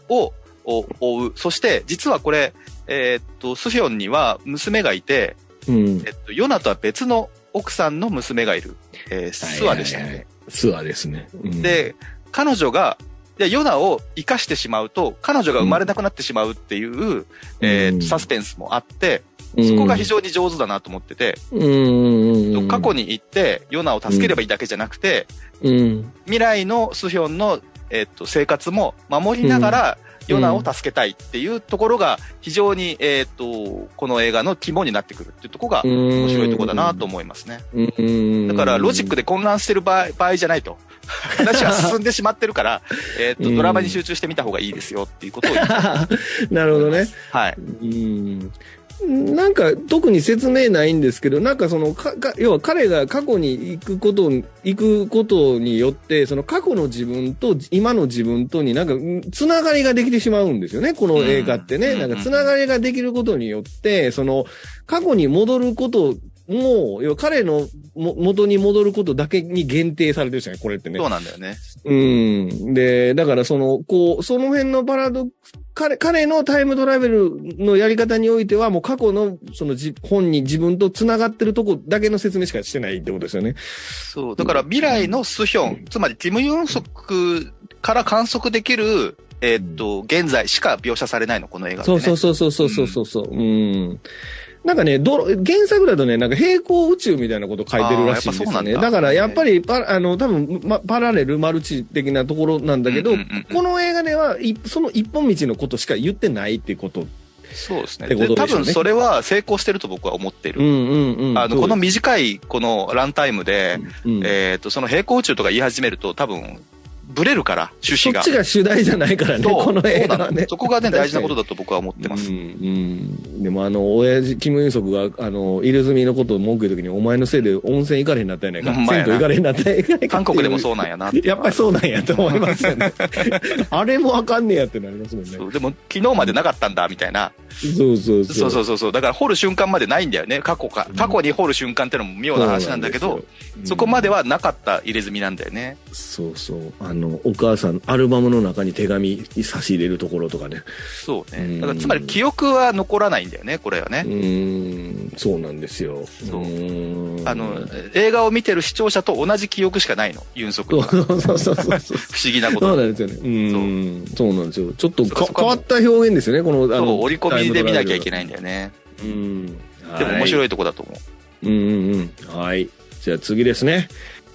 Speaker 2: をお追う。そして、実はこれ、えっと、スヒョンには娘がいて、
Speaker 1: うん
Speaker 2: えっと、ヨナとは別の奥さんの娘がいる。えースワでしたね。
Speaker 1: はいはいはいスワですね。うん、
Speaker 2: で、彼女が、で、ヨナを生かしてしまうと、彼女が生まれなくなってしまうっていう、えーとサスペンスもあって、そこが非常に上手だなと思ってて、
Speaker 1: に
Speaker 2: 過去に行って、ヨナを助ければいいだけじゃなくて、
Speaker 1: うん。
Speaker 2: 未来のスヒョンの、えっと生活も守りながら、ヨナを助けたいっていうところが、非常に、えっとこの映画の肝になってくるっていうところが、面
Speaker 1: 面
Speaker 2: 白いところだなと思いますね。
Speaker 1: うん。
Speaker 2: だから、ロジックで混乱してる場合場合じゃないと。 (laughs) 話は進んでしまってるから、えっと、
Speaker 1: うん
Speaker 2: ドラマに集中してみた方がいいですよっていうことを言う。
Speaker 1: なるほどね。
Speaker 2: はい。
Speaker 1: うんなんか特に説明ないんですけど、なんかそのか、か要は彼が過去に行くこと、行くことによって、その過去の自分と今の自分とになんかうんつながりができてしまうんですよね、この映画ってね。
Speaker 2: うん
Speaker 1: なんかつながりができることによって、その過去に戻ることも、要は彼のも元に戻ることだけに限定されてるじゃない、これってね
Speaker 2: そ。うなんだよね。
Speaker 1: うん。で、だからその、こう、その辺のパラドックス、彼、彼のタイムトラベルのやり方においては、もう過去の、そのじ、本人、自分と繋がってるとこだけの説明しかしてないってことですよね。
Speaker 2: そう。だから未来のスヒョン、つまりキム・ヨンソクから観測できる、えーっと、現在しか描写されないの、この映画で、
Speaker 1: そ
Speaker 2: ね。
Speaker 1: うそうそうそうそうそうそう。うん。なんかね、どろ原作だとね、なんか平行宇宙みたいなこと書いてるらしいんですよ
Speaker 2: あーやっぱそう
Speaker 1: ね。
Speaker 2: なんだ
Speaker 1: だからやっぱりパラ、あの、多分、ま、パラレルマルチ的なところなんだけど、
Speaker 2: うんうんうんうん
Speaker 1: この映画では、いその一本道のことしか言ってないってこと。
Speaker 2: そうですね。
Speaker 1: ってこと
Speaker 2: で
Speaker 1: でしょ
Speaker 2: 多
Speaker 1: うね
Speaker 2: 分それは成功してると僕は思って
Speaker 1: うん
Speaker 2: る。
Speaker 1: うんうん。
Speaker 2: あの、
Speaker 1: そ
Speaker 2: こ
Speaker 1: うで
Speaker 2: の短い、このランタイムで、
Speaker 1: す、うん
Speaker 2: えーっと、その平行宇宙とか言い始めると多分、ブレるから、趣
Speaker 1: そ
Speaker 2: 旨
Speaker 1: っ
Speaker 2: が。
Speaker 1: ちが主題じゃないからね、
Speaker 2: そう
Speaker 1: この映画は
Speaker 2: そうな
Speaker 1: ね
Speaker 2: の。そこがね、大事なことだと僕は思ってます。
Speaker 1: うん、うん。でもあの、親父、キム・ユンソクが、あの、入れ墨のことを文句言うときに、お前のせいで温泉行かれへんなったやないか。
Speaker 2: ほんま
Speaker 1: 銭
Speaker 2: やな
Speaker 1: 湯行かれへんなったやないかっていう。
Speaker 2: 韓国でもそうなんやなっていうの
Speaker 1: や
Speaker 2: は
Speaker 1: っぱりそうなんやと思いますよ
Speaker 2: (laughs)
Speaker 1: ね。あれもあかんねやってなりますもんね。
Speaker 2: そうでも、昨日までなかったんだ、みたいな。
Speaker 1: そうそうそう。
Speaker 2: そうそうそうそう。だから、掘る瞬間までないんだよね。過去か
Speaker 1: うん。
Speaker 2: 過去に掘る瞬間ってのも妙な話なんだけど、
Speaker 1: そうなんですよ、
Speaker 2: そこまで
Speaker 1: は。
Speaker 2: はなかった入れ墨なんだよね。
Speaker 1: そうそう。あの、お母さん、アルバムの中に手紙差し入れるところとかね。
Speaker 2: そう
Speaker 1: うん
Speaker 2: ね。だから、つまり記憶は残らないんだよね、これは
Speaker 1: う
Speaker 2: ね。
Speaker 1: ーん、そうなんですよ。
Speaker 2: そう
Speaker 1: ーん
Speaker 2: あの、映画を見てる視聴者と同じ記憶しかないの、ユンソ
Speaker 1: そ
Speaker 2: クは。不
Speaker 1: うそうそうそうそう。
Speaker 2: 思議なこ
Speaker 1: そう
Speaker 2: と。
Speaker 1: なん
Speaker 2: (laughs)
Speaker 1: ですよね。うん。そうなんですよ。ちょっとか
Speaker 2: そうか
Speaker 1: 変わった表現ですよね、この、あ
Speaker 2: そう、
Speaker 1: の、
Speaker 2: 折り込みで見なきゃいけ
Speaker 1: ない。
Speaker 2: ないんだよね。
Speaker 1: うん。
Speaker 2: でも面白
Speaker 1: い。
Speaker 2: いとこだと思
Speaker 1: うんうんうん。はい。じゃあ次ですね。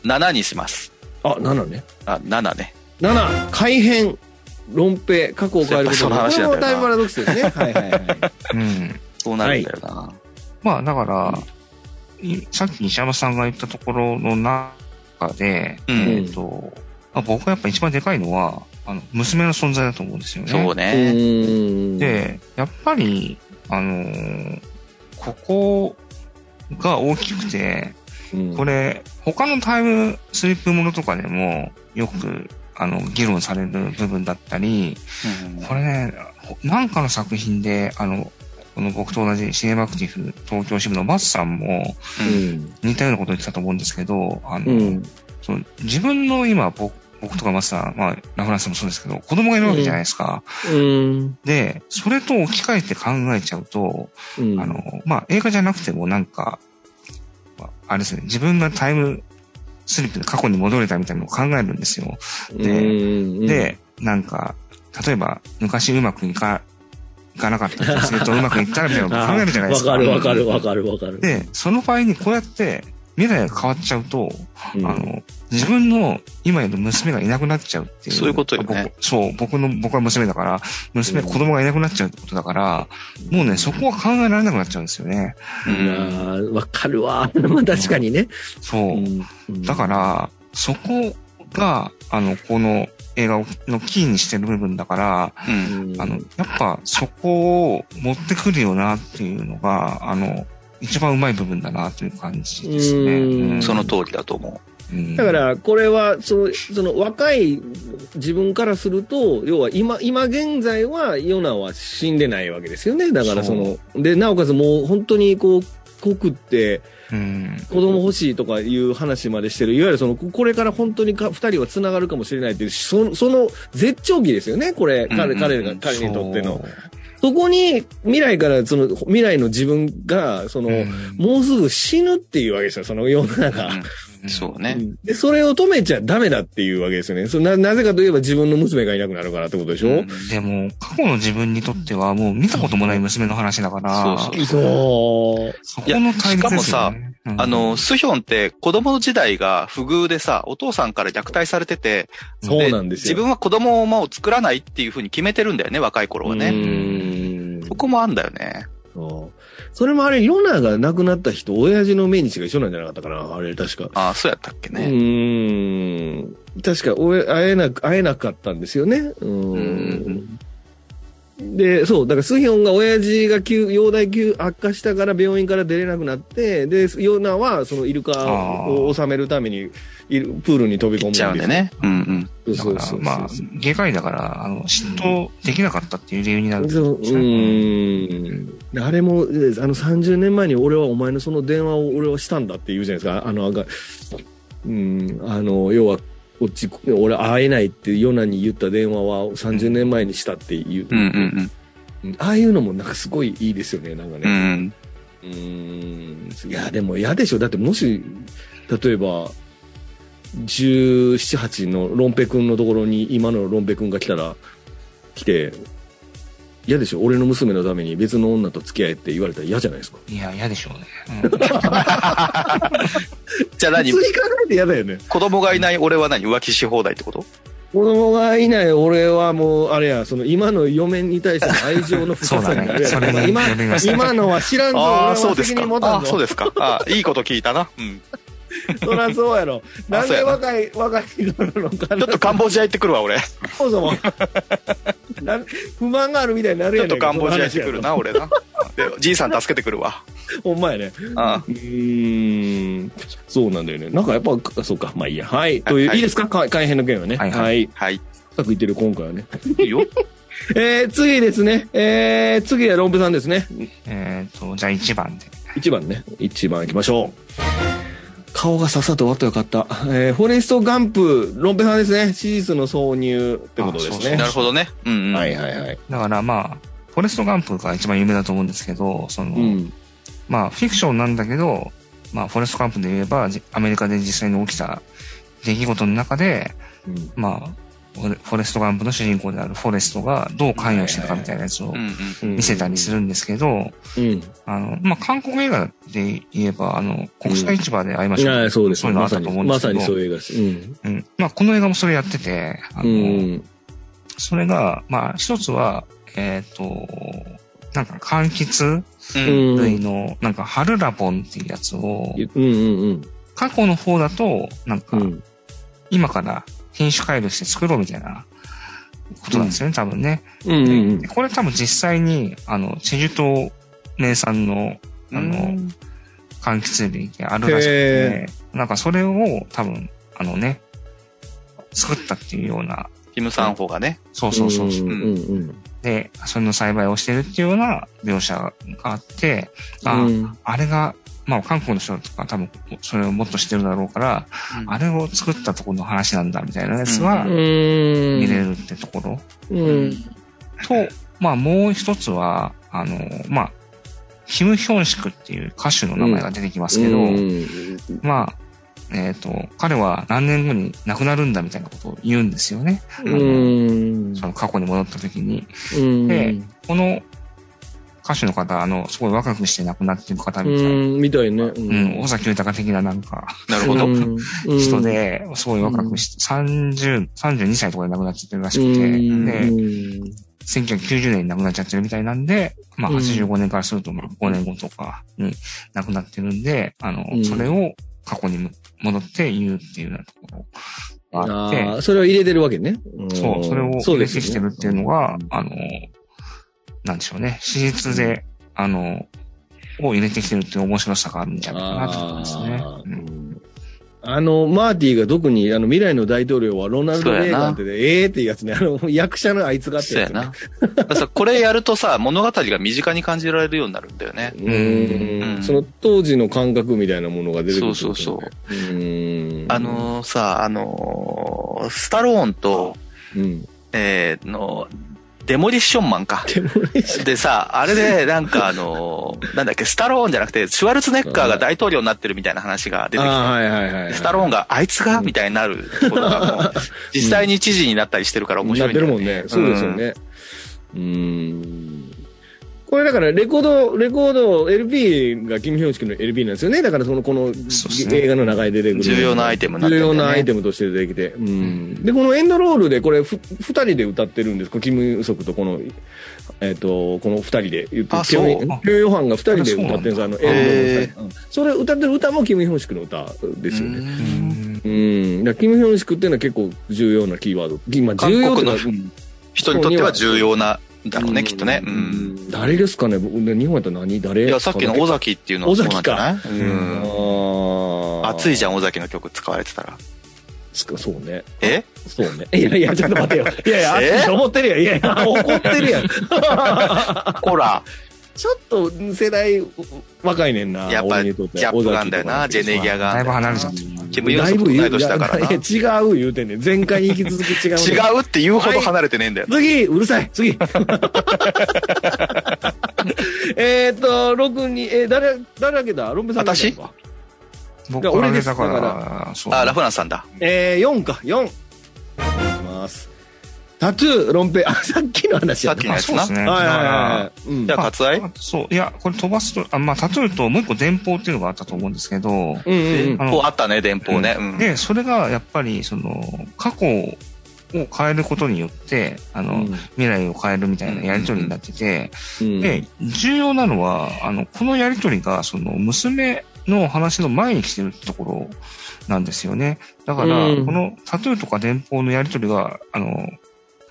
Speaker 2: う。7にします。
Speaker 1: あ、7ね。
Speaker 2: あ、7ね。
Speaker 1: 7、改変、論平、過去を変えること
Speaker 2: やっぱその話
Speaker 1: これ
Speaker 2: なんだ
Speaker 1: もタ
Speaker 2: よな
Speaker 1: イムパラドック
Speaker 2: (laughs)
Speaker 1: スですね。はいはいはい。
Speaker 3: うん。
Speaker 2: そうなるんだよな。
Speaker 3: まあ、だから、いさっき西山さんが言ったところの中で、
Speaker 2: う
Speaker 1: うん
Speaker 2: ん。
Speaker 3: えっ、と、まあ、僕はやっぱ一番でかいのは、あの、娘の存在だと思うんですよね。
Speaker 2: そうね。
Speaker 1: うん。
Speaker 3: で、やっぱり、あのーここが大きくて、
Speaker 1: うん、
Speaker 3: これ、他のタイムスリップものとかでも、よく、あの、議論される部分だったり、
Speaker 2: うん
Speaker 3: これね、ほなんかの作品で、あの、この僕と同じシネバクティフ東京支部のバスさんも
Speaker 1: うん。
Speaker 3: 似たようなことを言ってたと思うんですけど、あの、
Speaker 1: うん。
Speaker 3: その自分の今、僕僕とか松さん、まあ、ラフランスもそうですけど、子供がいるわけじゃないですか。
Speaker 1: うん。
Speaker 3: で、それと置き換えて考えちゃうと、
Speaker 1: うん。
Speaker 3: あの、まあ、映画じゃなくてもなんか、まああれですね、自分がタイムスリップで過去に戻れたみたいなのを考えるんですよ。
Speaker 1: うん、
Speaker 3: で、なんか、例えば、昔うまくいか、いかなかった
Speaker 1: (laughs)
Speaker 3: 女性とうまくいったみたいなことを考えるじゃないですか。
Speaker 1: わかるわかるわかるわかる。
Speaker 3: で、その場合にこうやって未来が変わっちゃうと、
Speaker 1: うん、
Speaker 3: あの、自分の今いる娘がいなくなっちゃうっていう。
Speaker 2: そういうことよね
Speaker 3: 僕そう、僕の、僕は娘だから、娘、
Speaker 1: うん
Speaker 3: 子供がいなくなっちゃうってことだから、もうね、そこは考えられなくなっちゃうんですよね。
Speaker 1: いやー (laughs) わかるわ。まあ確かにね。、
Speaker 3: そう。だからら、そこが、あの、この映画のキーにしてる部分だから、
Speaker 2: うん
Speaker 1: うん
Speaker 3: あの、やっぱそこを持ってくるよなっていうのが、あの、一番うまい部分だなという感じですね。
Speaker 1: うん
Speaker 2: その通りだと思
Speaker 3: うん
Speaker 1: だか、ら、これは、その、その若い自分からすると、要は今、今現在は、ヨナは死んでないわけですよね。だからその、で、なおかつもう本当にこう、濃くって、
Speaker 3: うん。
Speaker 1: 子供欲しいとかいう話までしてる、いわゆるその、ここれから本当にか二人は繋がるかもしれないっていう、その、その絶頂期ですよね、これ、彼、
Speaker 2: うん
Speaker 1: 彼
Speaker 2: う
Speaker 1: が、
Speaker 2: ん
Speaker 1: 彼にとっての。そこに、未来から、その、未来の自分が、その、
Speaker 3: そう。
Speaker 1: もうすぐ死ぬっていうわけですよ、その世の中。
Speaker 2: う。そう
Speaker 1: う
Speaker 2: ね。
Speaker 1: んで、それを止めちゃダメだっていうわけですよね。それな、なぜかといえば自分の娘がいなくなるからってことでしょ、
Speaker 2: うん
Speaker 3: でも、過去の自分にとってはもう見たこともない娘の話だから、
Speaker 2: そう
Speaker 1: そう。
Speaker 3: そこの対立ですよ、ね。うん
Speaker 2: あ、の、スヒョンって子供の時代が不遇でさ、お父さんから虐待されてて、
Speaker 1: そうなんです
Speaker 2: 自
Speaker 1: よ。
Speaker 2: 分は子供をもう作らないっていうふうに決めてるんだよね、若い頃はね。
Speaker 1: ね
Speaker 2: そこもあんだよね。
Speaker 1: そうそれもあれ、ヨナが亡くなった日と親父の命日が一緒なんじゃなかったかなあれ、確か。
Speaker 2: ああ、そうやったっけ
Speaker 1: う
Speaker 2: ね。
Speaker 1: ーん。確か、おえ会えなく、会えなかったんですよね。う
Speaker 2: う
Speaker 1: ーん。
Speaker 2: ん
Speaker 1: で、そう、だからスヒョンが親父が急、容体急悪化したから病院から出れなくなって、で、ヨナはそのイルカを収めるために、イルプールに飛び込むん
Speaker 2: 行っ
Speaker 1: です
Speaker 2: ちゃうんで。ね。うんうん。
Speaker 1: そう
Speaker 3: だ
Speaker 1: そう
Speaker 3: か
Speaker 1: そ
Speaker 3: ら、
Speaker 1: う。
Speaker 3: まあ、外科医だから、あの、嫉妬できなかったっていう理由になる。
Speaker 1: そう、うーん。あれも、えーあの、30年前に俺はお前のその電話を俺はしたんだって言うじゃないですか。あの、あが、うん、あの、要は、こっち、俺会えないってヨナに言った電話は30年前にしたっていう。
Speaker 2: うんうん
Speaker 1: うんああいうのもなんかすごいいいですよね、なんか
Speaker 2: うん。う
Speaker 1: ね。
Speaker 2: ん。
Speaker 1: うーん。いや、でも嫌でしょ。だってもし、例えば、17、8のロンペ君のところに今のロンペ君が来たら、来て、嫌でしょ俺の娘のために別の女と付き合えって言われたら嫌じゃないですか。
Speaker 3: いや、嫌でしょうね。
Speaker 2: じゃあ
Speaker 1: 普
Speaker 2: 何
Speaker 1: 通に考えて嫌だよね。
Speaker 2: 子供がいない俺は何浮気し放題ってこと
Speaker 1: 子供がいない俺はもう、あれや、その今の嫁に対しての愛情の深さに
Speaker 2: (laughs)
Speaker 1: あれや、
Speaker 3: そうだね
Speaker 1: 今
Speaker 3: それが、
Speaker 1: 今のは知らんぞ、俺
Speaker 2: あ
Speaker 1: は
Speaker 2: あ、そうで
Speaker 1: 責
Speaker 2: すか
Speaker 1: 任持。た
Speaker 2: あ
Speaker 1: ん
Speaker 2: あ、そう
Speaker 1: ぞ。
Speaker 2: ですか。ああ、いいこと聞いたな。
Speaker 1: (laughs)
Speaker 2: うん。
Speaker 1: そらそうやろ。なん
Speaker 2: そう
Speaker 1: で
Speaker 2: やな
Speaker 1: 若い、若い頃の彼
Speaker 2: ちょっとカンボジア行ってくるわ、俺。ち
Speaker 1: (laughs) そもそも。な不満があるみたいになる
Speaker 2: ょ
Speaker 1: や
Speaker 2: っ
Speaker 1: ね
Speaker 2: と
Speaker 1: ん
Speaker 2: カ
Speaker 1: か
Speaker 2: ンボジア行ってくる。な、俺な。で、じいさん助けてくるわ。
Speaker 1: その話やとほんまやね。
Speaker 2: あ
Speaker 1: うーん。そうなんだよね。なんかやっぱ、そうか。まあいいや。はい。という、、
Speaker 2: はいい
Speaker 1: いですかか改編の件はね。
Speaker 3: はいはい
Speaker 1: はい。
Speaker 2: はい。
Speaker 1: 深くいってる、今回はね。
Speaker 2: いいよ。
Speaker 1: えー、次ですね。えー、次はロンペさんですね。
Speaker 3: (laughs) えっと、じゃあ1番で。
Speaker 1: 1番ね1番いきましょう顔がさっさと終わったよかった、えー、フォレスト・ガンプロンペさんですね史実の挿入ってことです
Speaker 3: あそうそ
Speaker 1: ね
Speaker 3: う
Speaker 2: なるほどね。うんうん。
Speaker 1: はいはいはい
Speaker 3: だからまあ、フォレストガンプが一番有名だと思うんですけど、その、
Speaker 1: うん
Speaker 3: まあ、フィクションなんだけど、まあ、フォレストガンプで言えば、じアメリカで実際に起きた出来事の中で、
Speaker 1: うん
Speaker 3: まあ、フォレフォレストガンプの主人公であるフォレストがどう関与してたかみたいなやつを
Speaker 2: うんうん。
Speaker 3: 見せたりするんですけど、
Speaker 1: うん
Speaker 3: あの、まあ、韓国映画で言えば、あの、国際市場で会いま
Speaker 1: い
Speaker 3: しょう。
Speaker 1: やそうです
Speaker 3: そういうのあ
Speaker 1: ま
Speaker 3: った
Speaker 1: さ
Speaker 3: と
Speaker 1: に
Speaker 3: 思うんで
Speaker 1: ますさ
Speaker 3: けど。
Speaker 1: にそういう映画ですうん
Speaker 3: うん。まあ、この映画もそれやってて、あ
Speaker 1: う
Speaker 3: の、
Speaker 1: ん
Speaker 3: それが、まあ、一つは、えっ、と、なんか、柑橘
Speaker 2: うん
Speaker 1: うんうん
Speaker 3: 類の、なんか、春ラボンっていうやつを、
Speaker 1: うん
Speaker 3: 過去の方だと、なん
Speaker 1: う
Speaker 3: か、
Speaker 1: ん
Speaker 3: 今から品種改良して作ろうみたいなことなんですよね、多分ね。
Speaker 1: うんうんうん
Speaker 3: でこれ多分実際に、あの、チェジュ島名産の、あの、柑橘類があるらしくて、なんかそれを多分、あのね、作ったっていうような、
Speaker 2: キムさん方がね。
Speaker 3: そうそうそうそ
Speaker 1: う
Speaker 3: う。
Speaker 1: んうん
Speaker 3: で、それの栽培をしてるっていうような描写があって、あ、
Speaker 1: うん
Speaker 3: あれが、まあ韓国の人とか多分それをもっと知ってるだろうから、あれを作ったところの話なんだみたいなやつは
Speaker 2: う
Speaker 1: うん
Speaker 3: 見れるってところ
Speaker 1: うん
Speaker 3: と、まあもう一つは、あの、まあ、キム・ヒョンシクっていう歌手の名前が出てきますけど、
Speaker 1: うん
Speaker 3: まあ、えっ、と、彼は何年後に亡くなるんだみたいなことを言うんですよね。あの
Speaker 1: うん
Speaker 3: その過去に戻った時に。
Speaker 1: うん
Speaker 3: でこの歌手の方、あの、すごい若くして亡くなっている方みたいな。
Speaker 1: うんみたいねう
Speaker 3: うん、尾崎豊的ななんか
Speaker 2: なるほど。
Speaker 1: うんうん
Speaker 3: 人で、すごい若くして、30、32歳とかで亡くなっちゃってるらしくて、
Speaker 1: うん
Speaker 3: で
Speaker 1: うん
Speaker 3: 1990年に亡くなっちゃってるみたいなんで、まあ
Speaker 1: うん
Speaker 3: 85年からするとまあ5年後とかに亡くなってるんで、あの、
Speaker 1: うん
Speaker 3: それを過去に戻って言うっていうようなところがあって、
Speaker 1: ああ、それを入れてるわけね。ん
Speaker 3: そう、それを
Speaker 1: そうで
Speaker 3: 入れ
Speaker 1: す
Speaker 3: て
Speaker 1: よ
Speaker 3: きてるっていうのが、あの、なんでしょうね、史実で、あの、を入れてきてるっていう面白さがあるんじゃないかなと思いますね。
Speaker 1: あー
Speaker 3: うん
Speaker 1: あの、マーティが特に、あの、未来の大統領はロナルド・
Speaker 2: そうやな
Speaker 1: レーガンってで、ええー、っていうやつね、あの、役者のあいつがって
Speaker 2: そう
Speaker 1: や
Speaker 2: や
Speaker 1: つ、
Speaker 2: な。だからさこれやるとさ、物語が身近に感じられるようになるんだよね。
Speaker 1: うー。
Speaker 2: うんん
Speaker 1: その当時の感覚みたいなものが出てく
Speaker 2: そ
Speaker 1: る
Speaker 2: うそうそう。
Speaker 1: う。うん。
Speaker 2: あ、のーさ、あのースタローンと、
Speaker 1: うん。
Speaker 2: えーの、デモリッションマンか。でさ、あれで、なんかあのーなんだっけ、スタローンじゃなくて、シュワルツェネッカーが大統領になってるみたいな話が出てきて、
Speaker 1: ああ、はいはいはい。
Speaker 2: スタローンがあいつがみたいになることが
Speaker 1: (laughs)
Speaker 2: もう、実際に知事になったりしてるから面
Speaker 1: な
Speaker 2: 白
Speaker 1: っ
Speaker 2: いん
Speaker 1: て
Speaker 2: だ
Speaker 1: るもん
Speaker 2: よね
Speaker 1: ね。そうですよね。うーん。これだから、レコード、レコード、LP が金標識の LP なんですよね。だから、その、この、
Speaker 3: そうですね
Speaker 1: 映画の中に出てくる。
Speaker 2: 重要なアイテムになって
Speaker 1: 重
Speaker 2: るんだ
Speaker 1: 要
Speaker 2: よね
Speaker 1: なアイテムとして出てきて。うん。で、このエンドロールで、これ、ふ、二人で歌ってるんですかキム・ユソクとこの、えっ、と、この二人で言って、
Speaker 2: あ
Speaker 1: キム
Speaker 2: そう
Speaker 1: キムヨハンが二人で歌ってるんですあの、エンドロールの
Speaker 2: へ
Speaker 1: 二人。うんそれ歌ってる歌もキム・ヒョンシクの歌ですよね。
Speaker 3: う
Speaker 2: うん
Speaker 3: ん
Speaker 1: うん。だからキム・ヒョンシクっていうのは結構重要なキーワード。今、重
Speaker 2: 韓
Speaker 1: 要
Speaker 2: 国
Speaker 1: と
Speaker 2: の
Speaker 1: か
Speaker 2: 人にとっては重要なんだろう
Speaker 1: う
Speaker 2: ね、
Speaker 1: ん
Speaker 2: きっとね。うん。
Speaker 1: 誰ですかね僕ね日本やったら何誰
Speaker 2: いや、さっきの尾崎っていうのはそうなんじゃないうん。
Speaker 1: あ
Speaker 2: 熱いじ
Speaker 1: ゃん。
Speaker 2: ゃん、尾崎の曲使われてたら。
Speaker 1: つかそうね。
Speaker 2: え
Speaker 1: そうね。いやいや、ちょっと待て
Speaker 2: (laughs)
Speaker 1: よ。いやいや、
Speaker 2: え
Speaker 1: 熱いと思ってるやん。いやい
Speaker 2: (laughs)
Speaker 1: や、怒ってるやん。
Speaker 2: ほら、
Speaker 1: ちょっと世代若いねんな。
Speaker 2: やっぱ
Speaker 1: 俺
Speaker 2: ギ
Speaker 1: にと
Speaker 2: ャ
Speaker 1: て
Speaker 2: ップがあんだよな、ジェネギアが。
Speaker 3: だいぶ離れちゃってる。
Speaker 2: キム・ヨンソクと同い年だからな。
Speaker 1: だいぶいや違う言うてんねん。前回に引き続き違う。
Speaker 2: (laughs) 違。うって言うほど離れてねえんだよ。
Speaker 1: 次、うるさい、
Speaker 3: (laughs)
Speaker 1: 次。えーっと、6に、えー、誰、誰だっけだロンベさんだっけか
Speaker 3: 僕
Speaker 1: いや
Speaker 3: は
Speaker 1: 俺
Speaker 3: あ
Speaker 1: で
Speaker 3: れ
Speaker 1: す
Speaker 3: だか
Speaker 1: だ
Speaker 3: ら、そう。
Speaker 2: あ、ラフランスさんだ。
Speaker 1: えー、4か、4。いきます。タトゥー、ロンペイ、あ、さっきの話や
Speaker 2: さっき
Speaker 1: ね
Speaker 2: の
Speaker 3: あ、そうですね。
Speaker 1: はいはい
Speaker 3: あ
Speaker 1: はい。うん
Speaker 2: じゃあ、割愛
Speaker 3: ーそう、いや、これ飛ばすと、あまあ、タトゥーともう一個電報っていうのがあったと思うんですけど、
Speaker 1: うんうん
Speaker 3: あの
Speaker 2: こうあったね、電報ね。うん。
Speaker 3: で、それがやっぱり、その、過去を変えることによって、あ
Speaker 1: う
Speaker 3: の、
Speaker 1: ん
Speaker 3: 未来を変えるみたいなやりとりになってて、
Speaker 1: うん。
Speaker 3: で、重要なのは、あの、このやりとりが、その、娘の話の前に来てるところなんですよね。だから、
Speaker 1: うん
Speaker 3: このタトゥーとか電報のやりとりが、あの、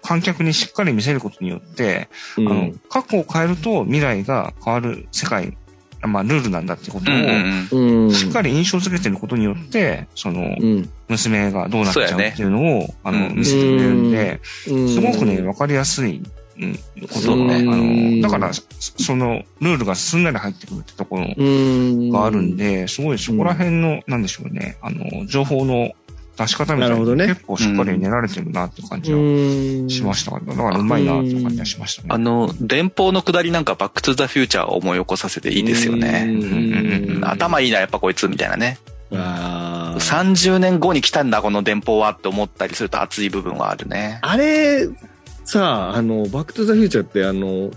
Speaker 3: 観客にしっかり見せることによって、
Speaker 1: うん、
Speaker 3: あの、過去を変えると未来が変わる世界、まあ、ルールなんだってこと
Speaker 2: うん
Speaker 1: う
Speaker 3: を、
Speaker 1: ん。
Speaker 3: しっかり印象付けてることによって、その、
Speaker 1: うん。
Speaker 3: 娘がどうなっちゃ
Speaker 2: そううやね
Speaker 3: っていうのを、あの、
Speaker 2: うん
Speaker 3: 見せてくれるんで、
Speaker 1: うん。
Speaker 3: すごくね、わかりやすい、うん、ことが
Speaker 1: そうね
Speaker 3: ね、あの、だから、そその、ルールがすんなり入ってくるってところ
Speaker 1: うん。
Speaker 3: があるんで、すごいそこら辺の、なんでしょうね、あの、情報の出し方みた
Speaker 1: な
Speaker 3: いな
Speaker 1: るほ
Speaker 3: の
Speaker 1: ど
Speaker 3: が
Speaker 1: ね
Speaker 3: 結構しっかり練られてるなって感じ
Speaker 1: う
Speaker 3: は
Speaker 1: ん。
Speaker 3: しましたから、だからうまいなって感じはしましたね。
Speaker 2: あの、電報の下りなんかバックトゥザフューチャーを思い起こさせていいですよね。
Speaker 1: うん
Speaker 3: うん
Speaker 2: 頭いいな、やっぱこいつ、みたいなね。
Speaker 1: あー
Speaker 2: 30年後に来たんだ、この電報はって思ったりすると熱い部分はあるね。
Speaker 1: あれ、さあ、あの、バックトゥザフューチャーって、あの、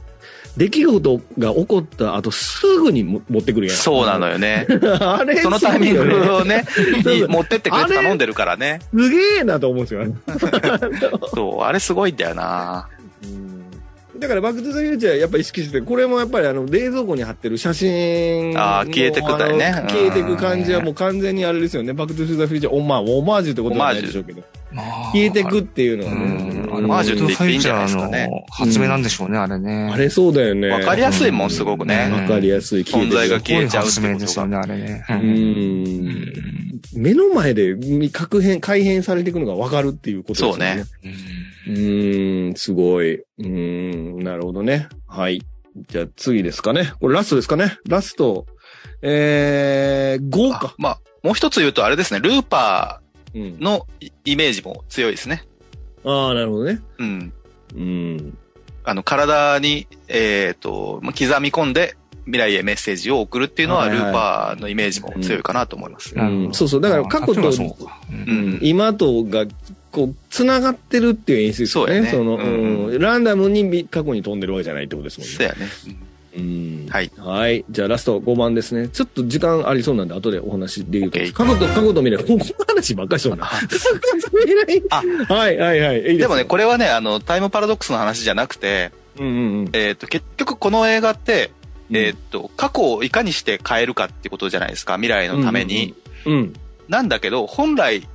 Speaker 1: 出来事が起こった後、すぐにも持ってくるやん。
Speaker 2: そうなのよね。
Speaker 1: よ。 (laughs) あれ、
Speaker 2: そのタイミン
Speaker 1: すごいよね
Speaker 2: グをね、
Speaker 1: そうそう
Speaker 2: (laughs) に持ってってくれ
Speaker 1: あれ
Speaker 2: て頼んでるからね。
Speaker 1: すげえなと思うんですよ。あの
Speaker 2: そう、あれすごいんだよな。
Speaker 1: だから、バックトゥザフューチャーやっぱ意識して、これもやっぱりあの、冷蔵庫に貼ってる写真の。
Speaker 2: あー消えてくだよね
Speaker 1: あの消えてく感じはもう完全にあれですよね。バックトゥザフューチャー、オマー、オマージュってことはないでしょうけど。
Speaker 3: まあ
Speaker 1: 消えてくっていうの
Speaker 3: う
Speaker 1: は
Speaker 3: ん、
Speaker 1: ね。
Speaker 3: あ
Speaker 2: オ
Speaker 3: の
Speaker 2: マージュって言っていいんじゃないですか
Speaker 3: ファイ
Speaker 2: ね
Speaker 3: ターの発明なんでしょうね、あれね。
Speaker 1: あれそうだよね。
Speaker 2: わかりやすいもん、すごく
Speaker 3: うん
Speaker 2: ね。
Speaker 1: わかりやすい。消えてく
Speaker 2: 存在が消えちゃうってことが
Speaker 3: すごい発明ですよね、あれね。
Speaker 1: う。
Speaker 3: うんん
Speaker 1: 目の前でみ確変、改変されていくのがわかるっていうことですよね。うーん、すごい。うーん、なるほどね。はい。じゃあ次ですかね。これラストですかね。ラスト。えー、5
Speaker 2: あ
Speaker 1: か。
Speaker 2: まあ、もう一つ言うとあれですね、ルーパ
Speaker 1: うん
Speaker 2: ー。のイイメージも強いですね。
Speaker 1: ああ、なるほどね。
Speaker 2: うん。
Speaker 1: うん。
Speaker 2: あの、体に、えっ、と、まあ刻み込んで未来へメッセージを送るっていうの
Speaker 1: は
Speaker 2: は、
Speaker 1: い
Speaker 2: ル
Speaker 1: はい
Speaker 2: ーパーのイメージも強いかなと思います。
Speaker 3: なるほ
Speaker 1: うん
Speaker 3: ど
Speaker 1: そうそうだから過去と
Speaker 3: あ例えばそうかうん
Speaker 2: うん。
Speaker 1: 今とが、こう、繋がってるっていう演出ですよね。
Speaker 2: そう
Speaker 1: の、
Speaker 2: やねうん
Speaker 1: うんランダムにみ過去に飛んでるわけじゃないってことですもんね
Speaker 2: そう。やね。
Speaker 1: うん
Speaker 2: はい。
Speaker 1: はい。じゃあラスト5番ですね。ちょっと時間ありそうなんで、後でお話できると思います。
Speaker 2: オ
Speaker 1: 過去と、過去と未来。もうこの話ばっかりしそう
Speaker 2: (laughs)
Speaker 1: な。未来
Speaker 2: あ
Speaker 1: はいはいはい。いいす
Speaker 2: でもね、、これはね、あの、タイムパラドックスの話じゃなくて、
Speaker 1: うんうん
Speaker 2: えっ、と、結局この映画って、
Speaker 1: うん。
Speaker 2: えっ、と、過去をいかにして変えるかってことじゃないですか、未来のために。
Speaker 1: うん。
Speaker 2: なんだけど、本来、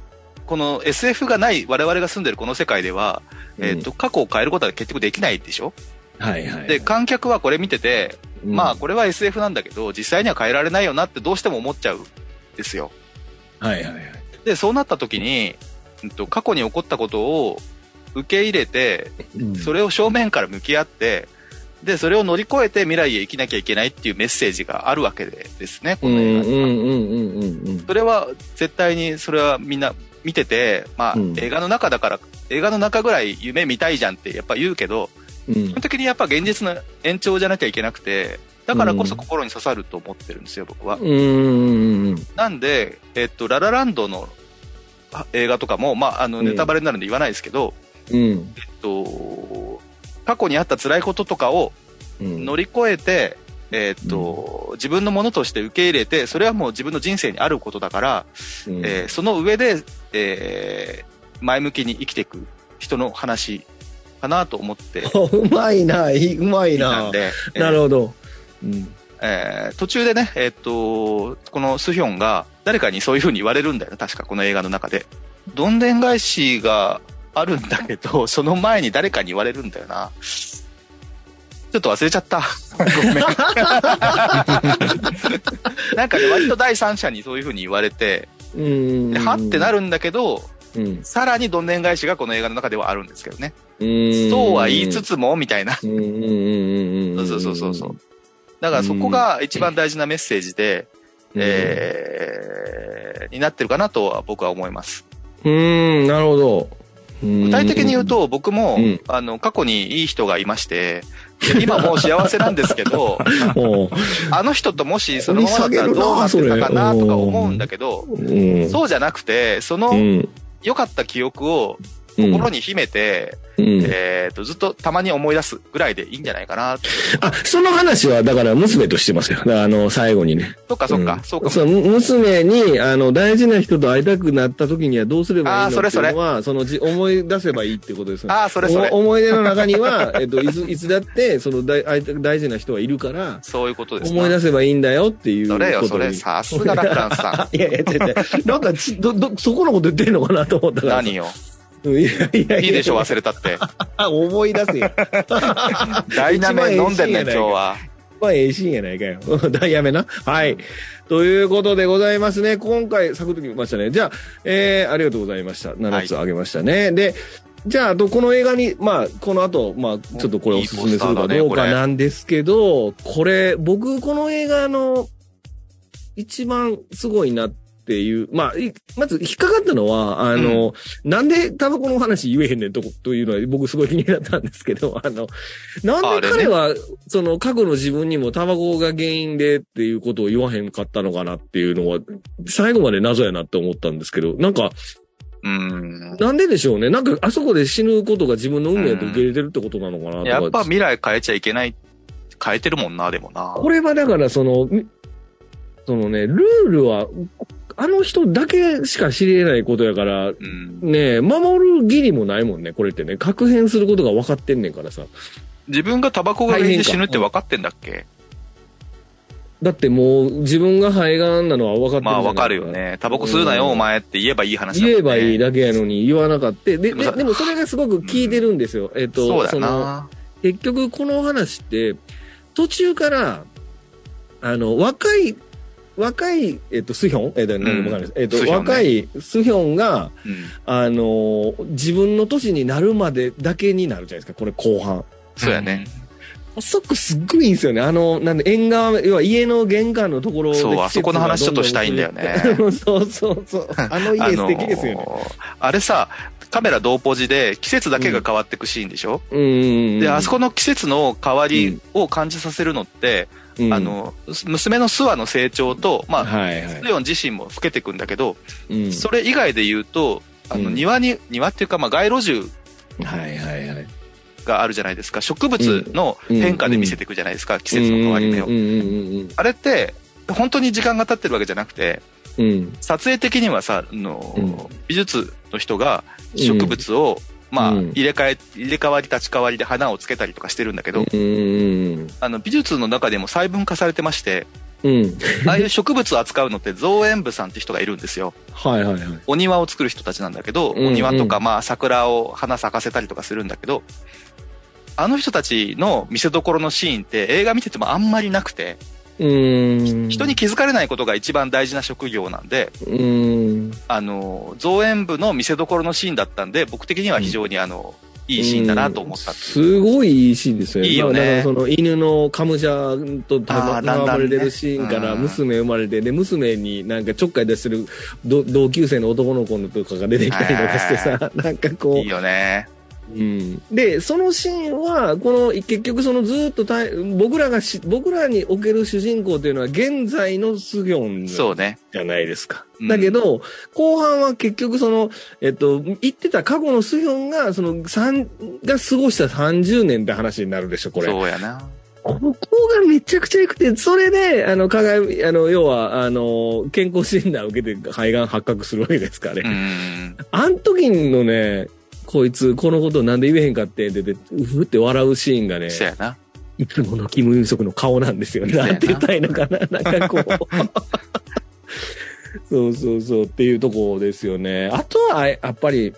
Speaker 2: この SF がない我々が住んでるこの世界では、えっ、と、過去を変えることは結局できないでしょ
Speaker 1: はいはい。
Speaker 2: で、観客はこれ見てて、
Speaker 1: うん、
Speaker 2: まあこれは SF なんだけど、実際には変えられないよなってどうしても思っちゃうんですよ。
Speaker 1: はいはいはい。
Speaker 2: で、そうなった時に、うんと過去に起こったことを受け入れて、そ
Speaker 1: れ、
Speaker 2: れを正面から向き合って、で、それを乗り越えて未来へ生きなきゃいけないっていうメッセージがあるわけでですね、こ
Speaker 1: うん
Speaker 2: の映画
Speaker 1: う
Speaker 2: に
Speaker 1: ん
Speaker 2: は
Speaker 1: うんうんうん
Speaker 2: それは絶対にそれはみんな見てて、まあ、
Speaker 1: うん
Speaker 2: 映画の中だから映画の中ぐらい夢見たいじゃんってやっぱ言うけど
Speaker 1: うん。うん
Speaker 2: 基本的にやっぱ現実の延長じゃなきゃいけなくてだからこそ心に刺さると思ってるんですよ僕は。
Speaker 1: うんうん
Speaker 2: なんで、えっと、ララランドのあ映画とかも、まあ、あの
Speaker 1: うん
Speaker 2: ネタバレになるんで言わないですけど、
Speaker 1: うん。
Speaker 2: えっと、過去にあった辛いこととかを
Speaker 1: うん。
Speaker 2: 乗り越えて、えっと、自分のものとして受け入れて、それはもう自分の人生にあることだから、
Speaker 1: うん
Speaker 2: えーその上で、えー前向きに生きていく人の話かなと思って
Speaker 1: あうまいな、いいうまい
Speaker 2: いた。
Speaker 1: なん
Speaker 2: で、えー
Speaker 1: なるほど。うん。
Speaker 2: えー途中でね、えーっと、このスヒョンが誰かにそういうふうに言われるんだよね、確かこの映画の中で。どんでん返しがあるんだけ
Speaker 1: (laughs)
Speaker 2: ど、その前に誰かに言われるんだよな。ちょっと忘れち
Speaker 1: (laughs)
Speaker 2: ゃった。ごめん。なんかね、割と第三者にそういうふうに言われて、
Speaker 1: うん。
Speaker 2: ではってな
Speaker 1: る。
Speaker 2: るんだけど、
Speaker 1: うん。
Speaker 2: さらにどんでん返しがこの映画の中ではあるんですけどね。
Speaker 1: そ
Speaker 2: そうは言いつつも、みたいな。
Speaker 1: うんうんうんうんうん。
Speaker 2: そうそうそうそう。だからそこが一番大事なメッセージで、
Speaker 1: うん
Speaker 2: えー、になってるかなとは僕は思います。
Speaker 1: うーん、なるほど。具
Speaker 2: 具体的に言う、と、僕も、
Speaker 1: うん
Speaker 2: あの、過去にいい人がいまして、で今もう幸せなんです
Speaker 1: (laughs)
Speaker 2: けど、
Speaker 1: おう
Speaker 2: あの人ともしそのままだったらどうなってたかなとか思うんだけど、
Speaker 1: うん。
Speaker 2: そうじゃなくて、その
Speaker 1: うん。
Speaker 2: 良かった記憶を
Speaker 1: うん
Speaker 2: 心に秘めて、
Speaker 1: うん。
Speaker 2: えっと、ずっとたまに思い出すぐらいでいいんじゃないかなって。
Speaker 1: あ、その話は、だから娘としてますよ。だからあの、最後にね。
Speaker 2: そっかそっか、
Speaker 1: ん
Speaker 2: そうかも。
Speaker 1: そう、む娘に、あの、大事な人と会いたくなった時にはどうすればいい
Speaker 2: あー
Speaker 1: の
Speaker 2: それ
Speaker 1: って
Speaker 2: そ
Speaker 1: い
Speaker 2: れ
Speaker 1: うのは、そのじ、思い出せばいいってことですよね。
Speaker 2: ああ、それそれ
Speaker 1: お。思い出の中には、 (laughs) えっと、いつ、いつだって、その大、会いた大事な人はいるから、
Speaker 2: そういうことですな
Speaker 1: 思い出せばいいんだよっていうこ
Speaker 2: そ
Speaker 1: と
Speaker 2: れよ、
Speaker 1: に。
Speaker 2: それ。さすがラフラン
Speaker 1: (laughs)
Speaker 2: スさん。
Speaker 1: いやいや、違う違う。なんかち、ど、ど、そこのこと言ってんのかなと思ったから。
Speaker 2: 何よ。
Speaker 1: うんいやいやいや。
Speaker 2: いいでしょ、忘れたって。
Speaker 1: あ、思い出せよ。
Speaker 2: ダイナメ飲んでんねん、今日は。
Speaker 1: まあ、ええシーンやないか (laughs) よ。ダイヤメな。はい。ということでございますね。今回、サクッときましたね。じゃあ、えー、ありがとうございました。7つあげましたね。で、じゃあ、あと、この映画に、まあ、この後、まあ、ちょっとこれおすすめするか
Speaker 2: い
Speaker 1: ど
Speaker 2: いポ
Speaker 1: う
Speaker 2: スターだ
Speaker 1: か
Speaker 2: ね
Speaker 1: なんですけど、これ、僕、この映画の、一番すごいなっていう、まあ、いまず引っかかったのは、あの、なんでタバコの話言えへんねんとこというのは僕すごい気になったんですけど、 (laughs) あの、なんで
Speaker 2: あれ
Speaker 1: 彼
Speaker 2: ね
Speaker 1: は、その過去の自分にもタバコが原因でっていうことを言わへんかったのかなっていうのは、最後まで謎やなって思ったんですけど、なんか、
Speaker 2: うん。
Speaker 1: なんででしょうね。なんか、あそこで死ぬことが自分の運命と受け入れてるってことなのかなとか。
Speaker 2: やっぱ未来変えちゃいけない。変えてるもんな、でもな。
Speaker 1: これはだからその、みそのね、ルールは、あの人だけしか知り得ないことやから、
Speaker 2: うん。
Speaker 1: ねえ守る義理もないもんね、これってね。確変することが分かってんねんからさ。
Speaker 2: 自分がタバコが原因で死ぬって分かってんだっけ
Speaker 1: だってもう自分が肺がんなのは分かってるじゃない
Speaker 2: まあ分かるよ。ね。タバコ吸うなよ、
Speaker 1: うん
Speaker 2: お前って言えばいい話だもん
Speaker 1: 言え
Speaker 2: ね
Speaker 1: ばいいだけやのに言わなかった。で、で
Speaker 2: でもさ
Speaker 1: でもそれがすごく効いてるんですよ。えっと、
Speaker 2: そうだよ
Speaker 1: の、
Speaker 2: な。
Speaker 1: 結局この話って、途中から、あの、若い、若い、えっと、スヒョンえっと、何もわかんないです。えっと、
Speaker 2: スヒョンね
Speaker 1: 若いスヒョンが、
Speaker 2: うん。
Speaker 1: あのー、自分の年になるまでだけになるじゃないですか、これ後半。
Speaker 2: そうやね。
Speaker 1: あそこすっごいいいんですよね。あの、なんで、縁側、要は家の玄関のところで
Speaker 2: そうあそこの話
Speaker 1: 季節がど
Speaker 2: ちょっとしたいんだよ
Speaker 1: どんどん移 (laughs) ってそうそうそう。あの家素敵ですよね。
Speaker 2: ーあれさ、カメラ同ポジで季節だけが変わってくシーンでしょ、
Speaker 1: うん。
Speaker 2: で、 (laughs) あそこの季節の変わ
Speaker 1: うん
Speaker 2: りを感じさせるのって、
Speaker 1: うん
Speaker 2: あ、の、娘の諏訪の成長と、まあ、
Speaker 1: はいはい
Speaker 2: スレオン自身も老けてくんだけど、
Speaker 1: うん。
Speaker 2: それ以外で言うと、あの、
Speaker 1: うん
Speaker 2: 庭に、庭っていうか、まあ、街路樹
Speaker 1: はいはいはい。
Speaker 2: があるじゃないですか。植物の変化で見せていくじゃないですか、季節の変わり目を。
Speaker 1: うんうんうん
Speaker 2: あれって、本当に時間が経ってるわけじゃなくて、
Speaker 1: うんうん。
Speaker 2: 撮影的にはさ、あの、
Speaker 1: うん
Speaker 2: 美術の人が植物を、まあ、
Speaker 1: うん
Speaker 2: 入れ替え、入れ替わり立ち替わりで花をつけたりとかしてるんだけど、
Speaker 1: うんうん
Speaker 2: あの、美術の中でも細分化されてま
Speaker 1: (laughs)
Speaker 2: して、
Speaker 1: うん。うん。
Speaker 2: ああいう植物を扱うのって造園部さんって人がいるんですよ。
Speaker 1: はいはいはい。
Speaker 2: お庭を作る人たちなんだけど、
Speaker 1: うんうん
Speaker 2: お庭とかまあ桜を花咲かせたりとかするんだけど、あの人たちの見せどころのシーンって映画見ててもあんまりなくて、
Speaker 1: うん。
Speaker 2: 人に気づかれないことが一番大事な職業なんで、
Speaker 1: うん。
Speaker 2: あの、造園部の見せどころのシーンだったんで、僕的には非常にあの、い
Speaker 1: い
Speaker 2: いシーンだなと思った。
Speaker 1: すごいいいシーンですよね。
Speaker 2: いいよね
Speaker 1: だからその犬のカムジャと
Speaker 2: あーだんだんね
Speaker 1: 戯れてるシーンから
Speaker 2: うん
Speaker 1: 娘生まれて、で、娘になんかちょっかい出してるど同級生の男の子のとかが出てきたりとかしてさ、なんかこう、
Speaker 2: いいよね。
Speaker 1: うんで、そのシーンは、この、結局そのずーっとたい僕らがし、僕らにおける主人公というのは現在のスギョン
Speaker 2: そうね。
Speaker 1: じゃないですか。
Speaker 2: うん
Speaker 1: だけど、後半は結局その、えっと、言ってた過去のスギョンが、その、三、が過ごした30年って話になるでしょ、これ。
Speaker 2: そうやな。
Speaker 1: ここがめちゃくちゃ良くて、それで、あの、鏡、あの、要は、あの、健康診断を受けて肺がん発覚するわけです (laughs) からね。
Speaker 2: うん。
Speaker 1: あん時のね、こいつ、このことなんで言えへんかって、で、で、うふって笑うシーンがね、
Speaker 2: そうやな。
Speaker 1: いつものキム・ユンソクの顔なんですよね。
Speaker 2: そうやな
Speaker 1: なんて言ったらいいのか
Speaker 2: (laughs)
Speaker 1: な、なんかこう。そうそうそうっていうとこですよね。あとは、やっぱり、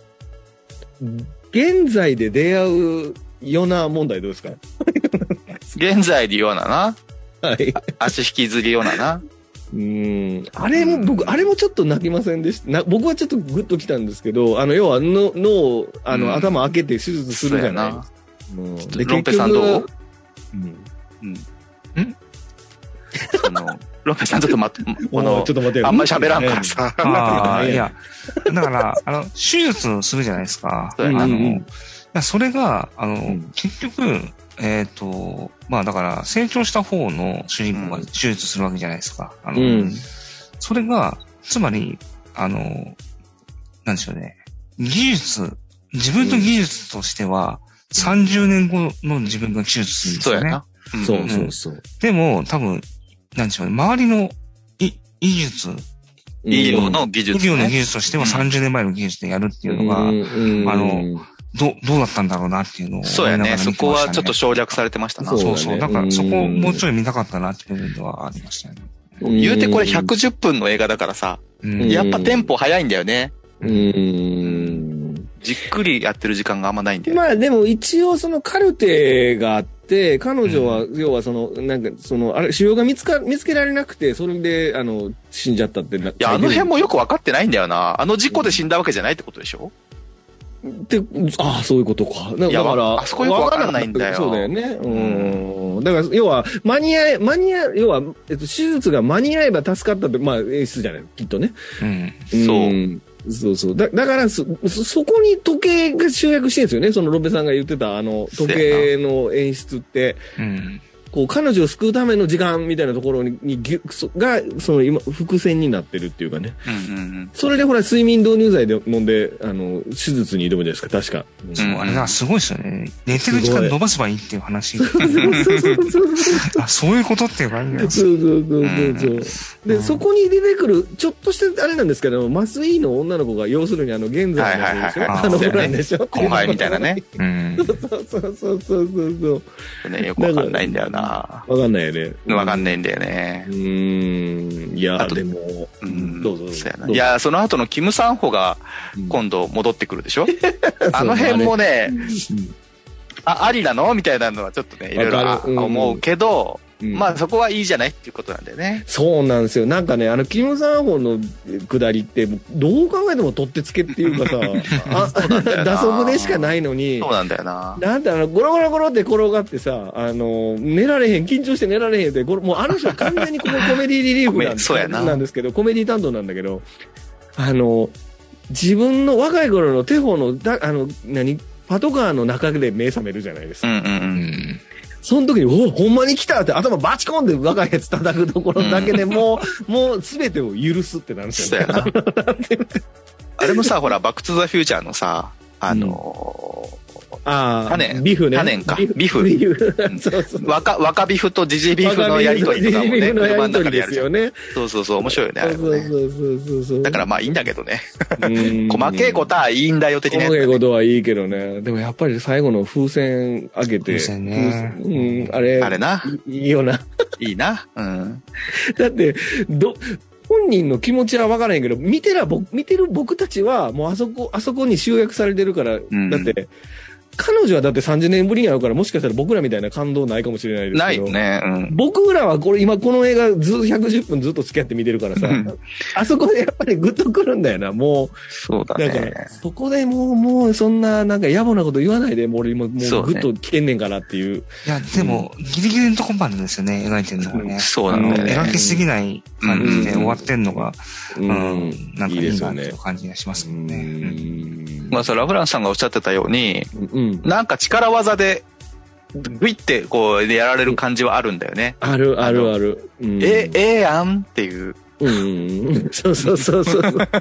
Speaker 1: 現在で出会うような問題どうですか
Speaker 2: 現在で言わなな。
Speaker 1: はい。
Speaker 2: 足引きずりようなな。
Speaker 1: うんあれも、僕、あれもちょっと泣きませんでした。な僕はちょっとグッときたんですけど、あの、要はの脳を、あの、
Speaker 2: うん
Speaker 1: 頭開けて手術す
Speaker 2: そう
Speaker 1: るじ
Speaker 2: や
Speaker 1: ゃない
Speaker 2: な。
Speaker 1: うん
Speaker 2: でロンペさんどう
Speaker 1: うん
Speaker 2: その、ロペさんちょっと待って、こ
Speaker 1: おい
Speaker 2: の
Speaker 1: ちょっ、と待ってよ
Speaker 2: あんまり喋らんからさ。
Speaker 3: ああ、
Speaker 1: うん
Speaker 3: いや。だから、あの、手術するじゃないですか。
Speaker 2: そうや
Speaker 1: な
Speaker 3: あの、
Speaker 1: うんうん
Speaker 3: いやそれが、あの、
Speaker 1: ん
Speaker 3: 結局、えっ、と、まあだから、成長した方の主人公が
Speaker 2: うん
Speaker 3: 手術するわけじゃないですか。あ
Speaker 1: う
Speaker 3: の、
Speaker 1: ん。
Speaker 3: それが、つまり、あの、なんでしょうね。技術自分の技術としては、30年後の自分が手術するんです
Speaker 2: (laughs) そう
Speaker 3: よ
Speaker 2: や
Speaker 3: ね。
Speaker 2: な。ん
Speaker 1: そうそうそう。
Speaker 3: でも、多分、なんでしょうね、周りのい医術、
Speaker 2: 医療の技
Speaker 3: 医
Speaker 2: 術、ね。
Speaker 3: 療の技術としては
Speaker 2: うん
Speaker 3: 30年前の技術でやるって
Speaker 1: て
Speaker 3: いうのが、
Speaker 1: あ
Speaker 3: あの、ど、どうだったんだろうなっていうのを。
Speaker 2: そうやね。そこはちょっと
Speaker 3: そ
Speaker 2: 省略されてましたな。
Speaker 1: そう
Speaker 3: う
Speaker 1: だね
Speaker 3: そう。だからそこをもうちょ
Speaker 1: い、
Speaker 3: い見たかったなっていう部分ではありましたよね。
Speaker 2: 言うてこれ110分の映画だからさ、
Speaker 3: うん
Speaker 1: ん
Speaker 2: やっぱテンポ早いんだよね。
Speaker 1: うん。
Speaker 2: じっくりやってる時間があんまないんだよ。
Speaker 1: まあでも一応そのカルテがあって、彼女は、要はその、なんかその、あれ、腫瘍が見つか、見つけられなくて、それで、あの、死んじゃったってな。い
Speaker 2: いや、あの辺もよく分かってないんだよな。あの事故で死んだわけじゃないってことでしょ
Speaker 1: って、ああ、そういうことか。だ
Speaker 2: いや
Speaker 1: だから、
Speaker 2: あそこよくわからないんだ
Speaker 1: わ
Speaker 2: よ
Speaker 1: からなかったそうだよね。うん。だから、要は、間に合え、間に合え、要は、えっと、手術が間に合えば助かったって、まあ、演出じゃない、きっとね。
Speaker 3: うん。
Speaker 2: そうん
Speaker 1: そうそう。だだからそ、そ、そこに時計が集約してるんですよね。そのロベさんが言ってた、あの、時計の演出って。
Speaker 3: うん。
Speaker 1: こう、彼女を救うための時間みたいなところに、にぎゅそが、その今、伏線になってるっていうかね。
Speaker 2: うんうん
Speaker 1: それでほら、睡眠導入剤で飲んで、あの、手術に挑むじゃないですか、確か。
Speaker 3: そう、あれがすごいですよね。寝てる時間伸ばせばいいっていう話。 (laughs)
Speaker 1: そうそうそうそう
Speaker 3: あ、そういうことっていう感じなんです
Speaker 1: そうそうそうそうそう。
Speaker 3: う
Speaker 1: で、
Speaker 3: ん
Speaker 1: そこに出てくる、ちょっとしたあれなんですけど、麻酔医の女の子が、要するにあの、現在の子でしょ
Speaker 2: はい
Speaker 3: はいはい
Speaker 1: あの子なんでしょ
Speaker 2: 後輩みたいな。ね。
Speaker 3: うん。
Speaker 1: そうそうそうそうそう
Speaker 2: ねよく分かんないんだよな。
Speaker 1: そう。わかんないよね。
Speaker 2: 分かん
Speaker 1: ない。
Speaker 2: ないんだよね
Speaker 1: う。ーん。いや、
Speaker 2: あと
Speaker 1: でも、
Speaker 2: うん
Speaker 1: どうぞ。
Speaker 2: そうやな
Speaker 1: どうぞ
Speaker 2: い、や、その後のキム・サンホが
Speaker 1: うん
Speaker 2: 今度戻ってくるでし
Speaker 1: (laughs)
Speaker 2: ょあの辺もね、あ、ありなのみたいなのはちょっとね、いろいろ
Speaker 1: わ
Speaker 2: あ
Speaker 1: かるうん
Speaker 2: 思うけど、
Speaker 1: うん
Speaker 2: まあそこはいいじゃないっていうことなんだよね。
Speaker 1: そうなんですよ。なんかね、あの、キム・サンホの下りって、どう考えても取ってつけっていうかさ、
Speaker 2: (laughs)
Speaker 1: あ (laughs) 打足でしかないのに、
Speaker 2: そうなんだよな。
Speaker 1: なんだろう、ゴロゴロゴロって転がってさ、あの、寝られへん、緊張して寝られへんって、これもうあの人は完全にこのコメディリリーフ
Speaker 2: ご
Speaker 1: な
Speaker 2: め
Speaker 1: ん
Speaker 2: ん (laughs) そうやな
Speaker 1: なんですけど、コメディ担当なんだけど、あの、自分の若い頃の手法の、だあの、何、パトカーの中で目覚めるじゃないです
Speaker 2: う
Speaker 1: か。
Speaker 2: んうんう。
Speaker 3: うんん。
Speaker 1: その時に、おほんまに来たって頭バチコンで若いやつ叩くところだけでも
Speaker 2: (laughs)
Speaker 1: う、もう全てを許すってなるんです
Speaker 2: そう
Speaker 1: よね
Speaker 2: や。
Speaker 1: (laughs)
Speaker 2: な。あれもさ、ほら、バックトゥザフューチャーのさ、あの
Speaker 1: ああ、
Speaker 2: タネン
Speaker 1: ビフね。
Speaker 2: タネンか
Speaker 1: ビフ。
Speaker 2: ビ
Speaker 1: ビフ
Speaker 2: う
Speaker 1: (laughs)
Speaker 2: ん。
Speaker 1: そうそう
Speaker 2: ー。若、若ビフとジジビフのやりとりとかも
Speaker 1: ビ
Speaker 2: ね、
Speaker 1: フのや
Speaker 2: 車の
Speaker 1: りと
Speaker 2: 中
Speaker 1: り
Speaker 2: でや
Speaker 1: です
Speaker 2: るじゃん
Speaker 1: よ。ね。
Speaker 2: そうそうそう、面白いよね、あれも
Speaker 1: そう
Speaker 2: ね。
Speaker 1: そうそうそうそう。
Speaker 2: だからまあいいんだけどね。
Speaker 1: ら、細
Speaker 2: 細けいことはいいんだよ的なや
Speaker 1: 細け
Speaker 2: つ
Speaker 1: い
Speaker 2: だ
Speaker 1: こ
Speaker 2: ね。
Speaker 1: とはいいけどね。でもやっぱり最後の風船開けて。
Speaker 3: 風船ね
Speaker 1: 風船うん、あれ。
Speaker 2: あれな。
Speaker 1: いいいよな。 (laughs)
Speaker 2: いいな。うん。
Speaker 1: だって、ど、本人の気持ちは分からへんけど、見てら僕、見てる僕たちは、もうあそこ、あそこに集約されてるから、
Speaker 2: ん
Speaker 1: だって、彼女はだって30年ぶりに会うから、もしかしたら僕らみたいな感動ないかもしれないですけど。
Speaker 2: ないよね。うん。
Speaker 1: 僕らはこれ今この映画ず110分ずっと付き合って見てるからさ
Speaker 2: うん、
Speaker 1: あそこでやっぱりグッとくるんだよな、も
Speaker 2: そうだ
Speaker 1: う。だ
Speaker 2: ね。
Speaker 1: から、そこでもう、もうそんななんか野暮なこと言わないで、もう俺もも
Speaker 2: そうう
Speaker 1: グ
Speaker 2: ね
Speaker 1: ッと来てんねんからっていう。
Speaker 3: いや、でも、ギリギリのとこまでですよね、描いてるのがね。
Speaker 2: そうな
Speaker 3: あ
Speaker 2: ん
Speaker 3: の、
Speaker 2: だよね。
Speaker 3: 描きすぎない感じで終わってんのが、
Speaker 1: う
Speaker 3: うん、なん
Speaker 1: い
Speaker 3: か
Speaker 1: い
Speaker 3: い
Speaker 1: で
Speaker 3: い
Speaker 1: す
Speaker 3: な
Speaker 1: よ
Speaker 3: ってい
Speaker 1: ね
Speaker 3: う。感じがします
Speaker 1: う
Speaker 3: もんね。うん
Speaker 1: ん
Speaker 2: まあさ、ラフランスさんがおっしゃってたように、
Speaker 1: うん。
Speaker 2: なんか力技で、グイってこう、やられる感じはあるんだよね。
Speaker 1: あるあるある。うん
Speaker 2: え、ええやんっていう。
Speaker 1: うん。 (laughs) そうそうそうそう。なんか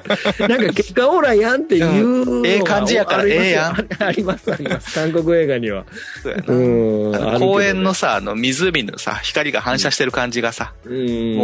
Speaker 1: 結果オーライやんっていうのが。
Speaker 2: ええ感じやか
Speaker 1: あ
Speaker 2: ら
Speaker 1: ります
Speaker 2: ええや
Speaker 1: ありますあります。韓国映画には。
Speaker 2: そうやな
Speaker 1: うん。あ
Speaker 2: あ
Speaker 1: るけど
Speaker 2: の
Speaker 1: ね
Speaker 2: 公園のさ、あの湖のさ、光が反射してる感じがさ、も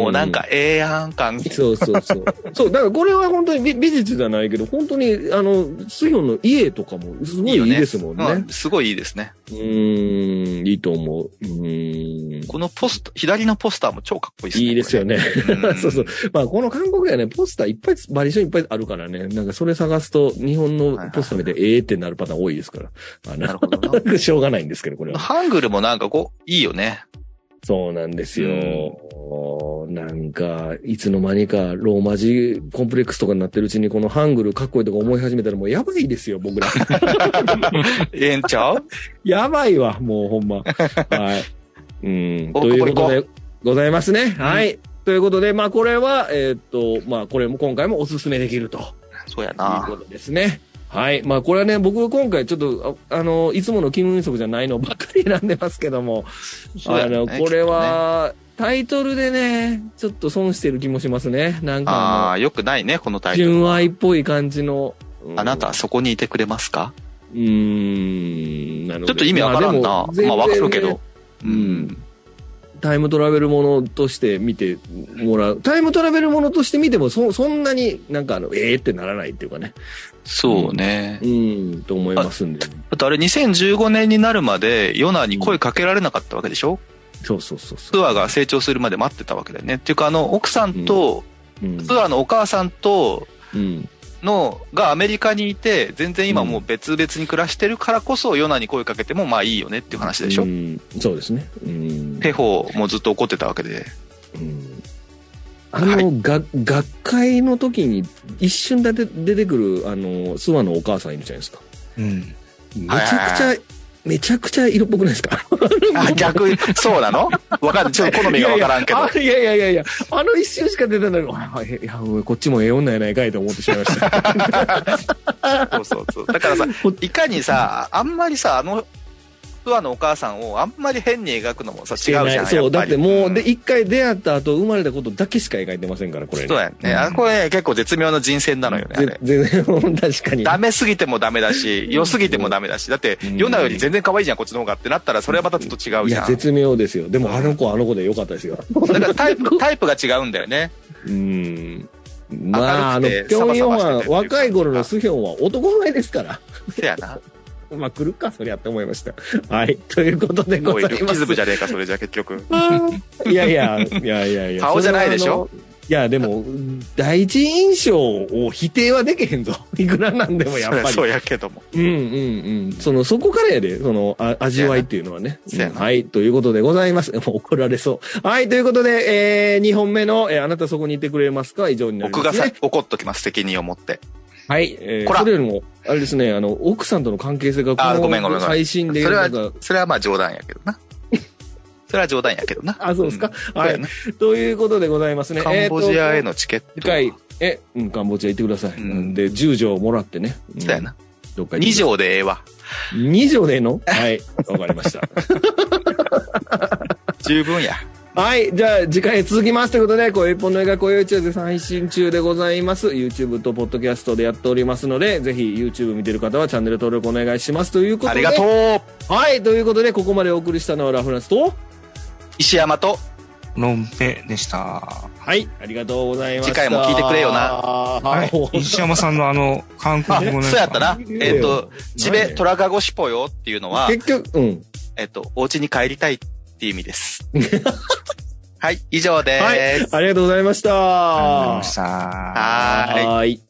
Speaker 1: も
Speaker 2: うなん。かええやん感。
Speaker 1: そうそうそう。そう、だからこれは本当に美美術じゃないけど、本当に、あの、水温の家とかも、すごいいいですもんね。
Speaker 2: うんすごいいいですね。
Speaker 1: うーん、いいと思う。うーん。
Speaker 2: このポスト、左のポスターも超かっこいいです
Speaker 1: いい
Speaker 2: ね。
Speaker 1: ですよね。
Speaker 2: これね。
Speaker 1: (laughs) そうそう。まあ、この韓国やね、ポスターいっぱい、バリエーションいっぱいあるからね、なんかそれ探すと、日本のポスター見て、ええってなるパターン多いですから。まあ、
Speaker 2: な
Speaker 1: な
Speaker 2: るほどな。
Speaker 1: (laughs) しょうがないんですけど、これは。
Speaker 2: ハングルもなんかこう、いいよね。
Speaker 1: そうなんですよ。なんか、いつの間にか、ローマ字コンプレックスとかになってるうちに、このハングルかっこいいとか思い始めたらもうやばいですよ、僕ら。
Speaker 2: ええんちゃう
Speaker 1: (laughs) やばいわ、もうほんま。はい。うん。
Speaker 2: お
Speaker 1: ということ
Speaker 2: こ
Speaker 1: で、ございますね。はい。ということで、まあこれは、えーっと、まあこれも今回もおすすめできると
Speaker 2: そうや
Speaker 1: いう
Speaker 2: な。
Speaker 1: ことですね。はい。まあこれはね、僕が今回ちょっと、ああの、いつものキム・ウンソクじゃないのばっかり選んでますけども、
Speaker 2: そう
Speaker 1: あ
Speaker 2: やね
Speaker 1: の、これ。は、タイトルでね、ちょっと損してる気もしますね。なん
Speaker 2: きっとねあ
Speaker 1: か
Speaker 2: あ、よくないね、この
Speaker 1: あ
Speaker 2: タ
Speaker 1: の、
Speaker 2: イトル。
Speaker 1: 純愛っぽい感じの。うん
Speaker 2: あなたはそこにいてくれますか
Speaker 1: うーん、なるほど。
Speaker 2: ちょっと意味わからんな。まあ、
Speaker 1: でも
Speaker 2: わかるけど。。う
Speaker 1: 全然ね
Speaker 2: ん。
Speaker 1: タイムトラベルものとして見てもらう。タイムトラベルものとして見ても、そ、そんなになんかあの、ええってならないっていうかね。
Speaker 2: そうね。
Speaker 1: うん、と思いますんで。
Speaker 2: あとあれ2015年になるまで、ヨナに声かけられなかったわけでしょ
Speaker 1: そうそうそうそう。
Speaker 2: ツアーが成長するまで待ってたわけだよね。っていうか、あの、奥さんと、
Speaker 1: うん。
Speaker 2: ツアーのお母さんと、
Speaker 1: うん。
Speaker 2: の、がアメリカにいて、全然今もう別々に暮らしてるからこそ、ヨナに声かけてもまあいいよねっていう話でしょ、
Speaker 1: うんそうですね。うん。
Speaker 2: ペホもずっと怒ってたわ
Speaker 1: (laughs)
Speaker 2: けで。
Speaker 1: うんあの、が学会の時に一瞬だけ出てくる、あの、諏訪のお母さんいるじゃないですか。
Speaker 3: うん。
Speaker 1: めちゃくちゃ、めちゃくちゃ色っぽくないですか
Speaker 2: あ、逆に、 (laughs) そうなのわかんない。ちょっと好みがわからんけど。
Speaker 1: いやいやいやいやいや、あの一瞬しか出てないのあいや、おいこっちもええ女やないかいと思ってしまいま
Speaker 2: (laughs)
Speaker 1: した。
Speaker 2: そうそうそう。だからさ、いかにさ、あんまりさ、あの、ツアーのお母さんをあんまり変に描くのもさ、違
Speaker 1: (laughs)
Speaker 2: うじゃん。
Speaker 1: そ
Speaker 2: や
Speaker 1: う、
Speaker 2: ぱ
Speaker 1: だっ
Speaker 2: り
Speaker 1: てもう、
Speaker 2: ん
Speaker 1: で、一回出会った後、生まれたことだけしか描いてませんから、これね。
Speaker 2: そうやね。あこれね結構絶妙な人選なのよね、あれ
Speaker 1: ぜ。 (laughs) 全然、確かに。
Speaker 2: ダメすぎてもダメだし、良すぎてもダメだし、だって
Speaker 1: うん、
Speaker 2: ヨナより全然可愛いじゃん、こっちの方がってなったら、それはまたちょっと違う
Speaker 1: い
Speaker 2: じゃ
Speaker 1: や、
Speaker 2: ん。
Speaker 1: 絶妙ですよ。でも、あの子、あの子でよかったですよ。
Speaker 2: だからタイプ、タイプが違うんだよね。
Speaker 1: うん。まあ、あ
Speaker 2: 明
Speaker 1: の、ピ
Speaker 2: るくて
Speaker 1: ョンヨン
Speaker 2: サバサバして
Speaker 1: は、
Speaker 2: てっていうか
Speaker 1: 若い頃のスヒョンは男前ですから。
Speaker 2: せ
Speaker 1: (laughs)
Speaker 2: やな。
Speaker 1: まあ、来るか、そりゃって思いました。 (laughs) はい。ということで
Speaker 2: も
Speaker 1: ご
Speaker 2: う、
Speaker 1: ざ
Speaker 2: ル
Speaker 1: い
Speaker 2: ッ
Speaker 1: ま
Speaker 2: キズ
Speaker 1: す
Speaker 2: ム。じゃねえか、それじゃ結局。
Speaker 1: いやいや、いやいやいや。
Speaker 2: (laughs) 顔じゃないでしょ
Speaker 1: それはあのいや、でも、第一印象を否定はできへんぞ。 (laughs) いくらなんでもやっ
Speaker 2: そりゃ
Speaker 1: ぱり。
Speaker 2: そうやけども。
Speaker 1: うんうんうん。その、そこからやで、その、あ味わいっていうのはね。
Speaker 2: そうやな
Speaker 1: うんはい、ということでございます。も (laughs) う怒られそう。はい、ということで、えー、2本目の、えーあなたそこにいてくれますか以上になります、
Speaker 2: 僕
Speaker 1: ね。
Speaker 2: がさ、怒っときます、責任を持って。
Speaker 1: はい、えー
Speaker 2: こら
Speaker 1: それよりも、あれですね、あの、奥さんとの関係性が、
Speaker 2: あーごめんごめんごめん
Speaker 1: 最新で、
Speaker 2: それ
Speaker 1: な
Speaker 2: は
Speaker 1: んか、
Speaker 2: それはまあ冗談やけどな。それは冗談やけどな。
Speaker 1: あ、そうですか、
Speaker 2: うん
Speaker 1: はい。ということでございますね。
Speaker 2: カンボジアへのチケッ
Speaker 1: えーと。
Speaker 2: ト。
Speaker 1: 次回、え、うん、カンボジア行ってください。
Speaker 2: うん
Speaker 1: で、10錠もらってね。うん
Speaker 2: そうやな。
Speaker 1: どっか
Speaker 2: 2錠でええわ。
Speaker 1: 2錠でええのはい。わかりました。
Speaker 2: (laughs) 十分や。
Speaker 1: はい。じゃあ、次回へ続きますということで、こう、一本の映画、こういう中で配信中でございます。YouTube と Podcast でやっておりますので、ぜひ YouTube 見てる方はチャンネル登録お願いします。と (laughs) いうことで。
Speaker 2: ありがとう
Speaker 1: はい。ということで、ここまでお送りしたのはラフランスと、
Speaker 2: 石山と、
Speaker 3: ロンペでした。
Speaker 1: はい。ありがとうございました。
Speaker 2: 次回も聞いてくれよな
Speaker 1: は
Speaker 3: はい。
Speaker 1: (laughs)
Speaker 3: 石山さんのあの、韓
Speaker 2: あ、
Speaker 3: 国
Speaker 2: そ
Speaker 3: 語
Speaker 2: う
Speaker 3: の
Speaker 2: やったな。えっと、チベト
Speaker 1: ラ
Speaker 2: ラガゴシポよっていうのは、
Speaker 1: 結局、うん。
Speaker 2: えっと、お家に帰りたいっていう意味
Speaker 1: (laughs)
Speaker 2: です。はい、以上で
Speaker 1: はい
Speaker 2: ーす。。
Speaker 1: ありがとうございました。
Speaker 3: ありがとうございました。
Speaker 2: はーい
Speaker 1: はーい。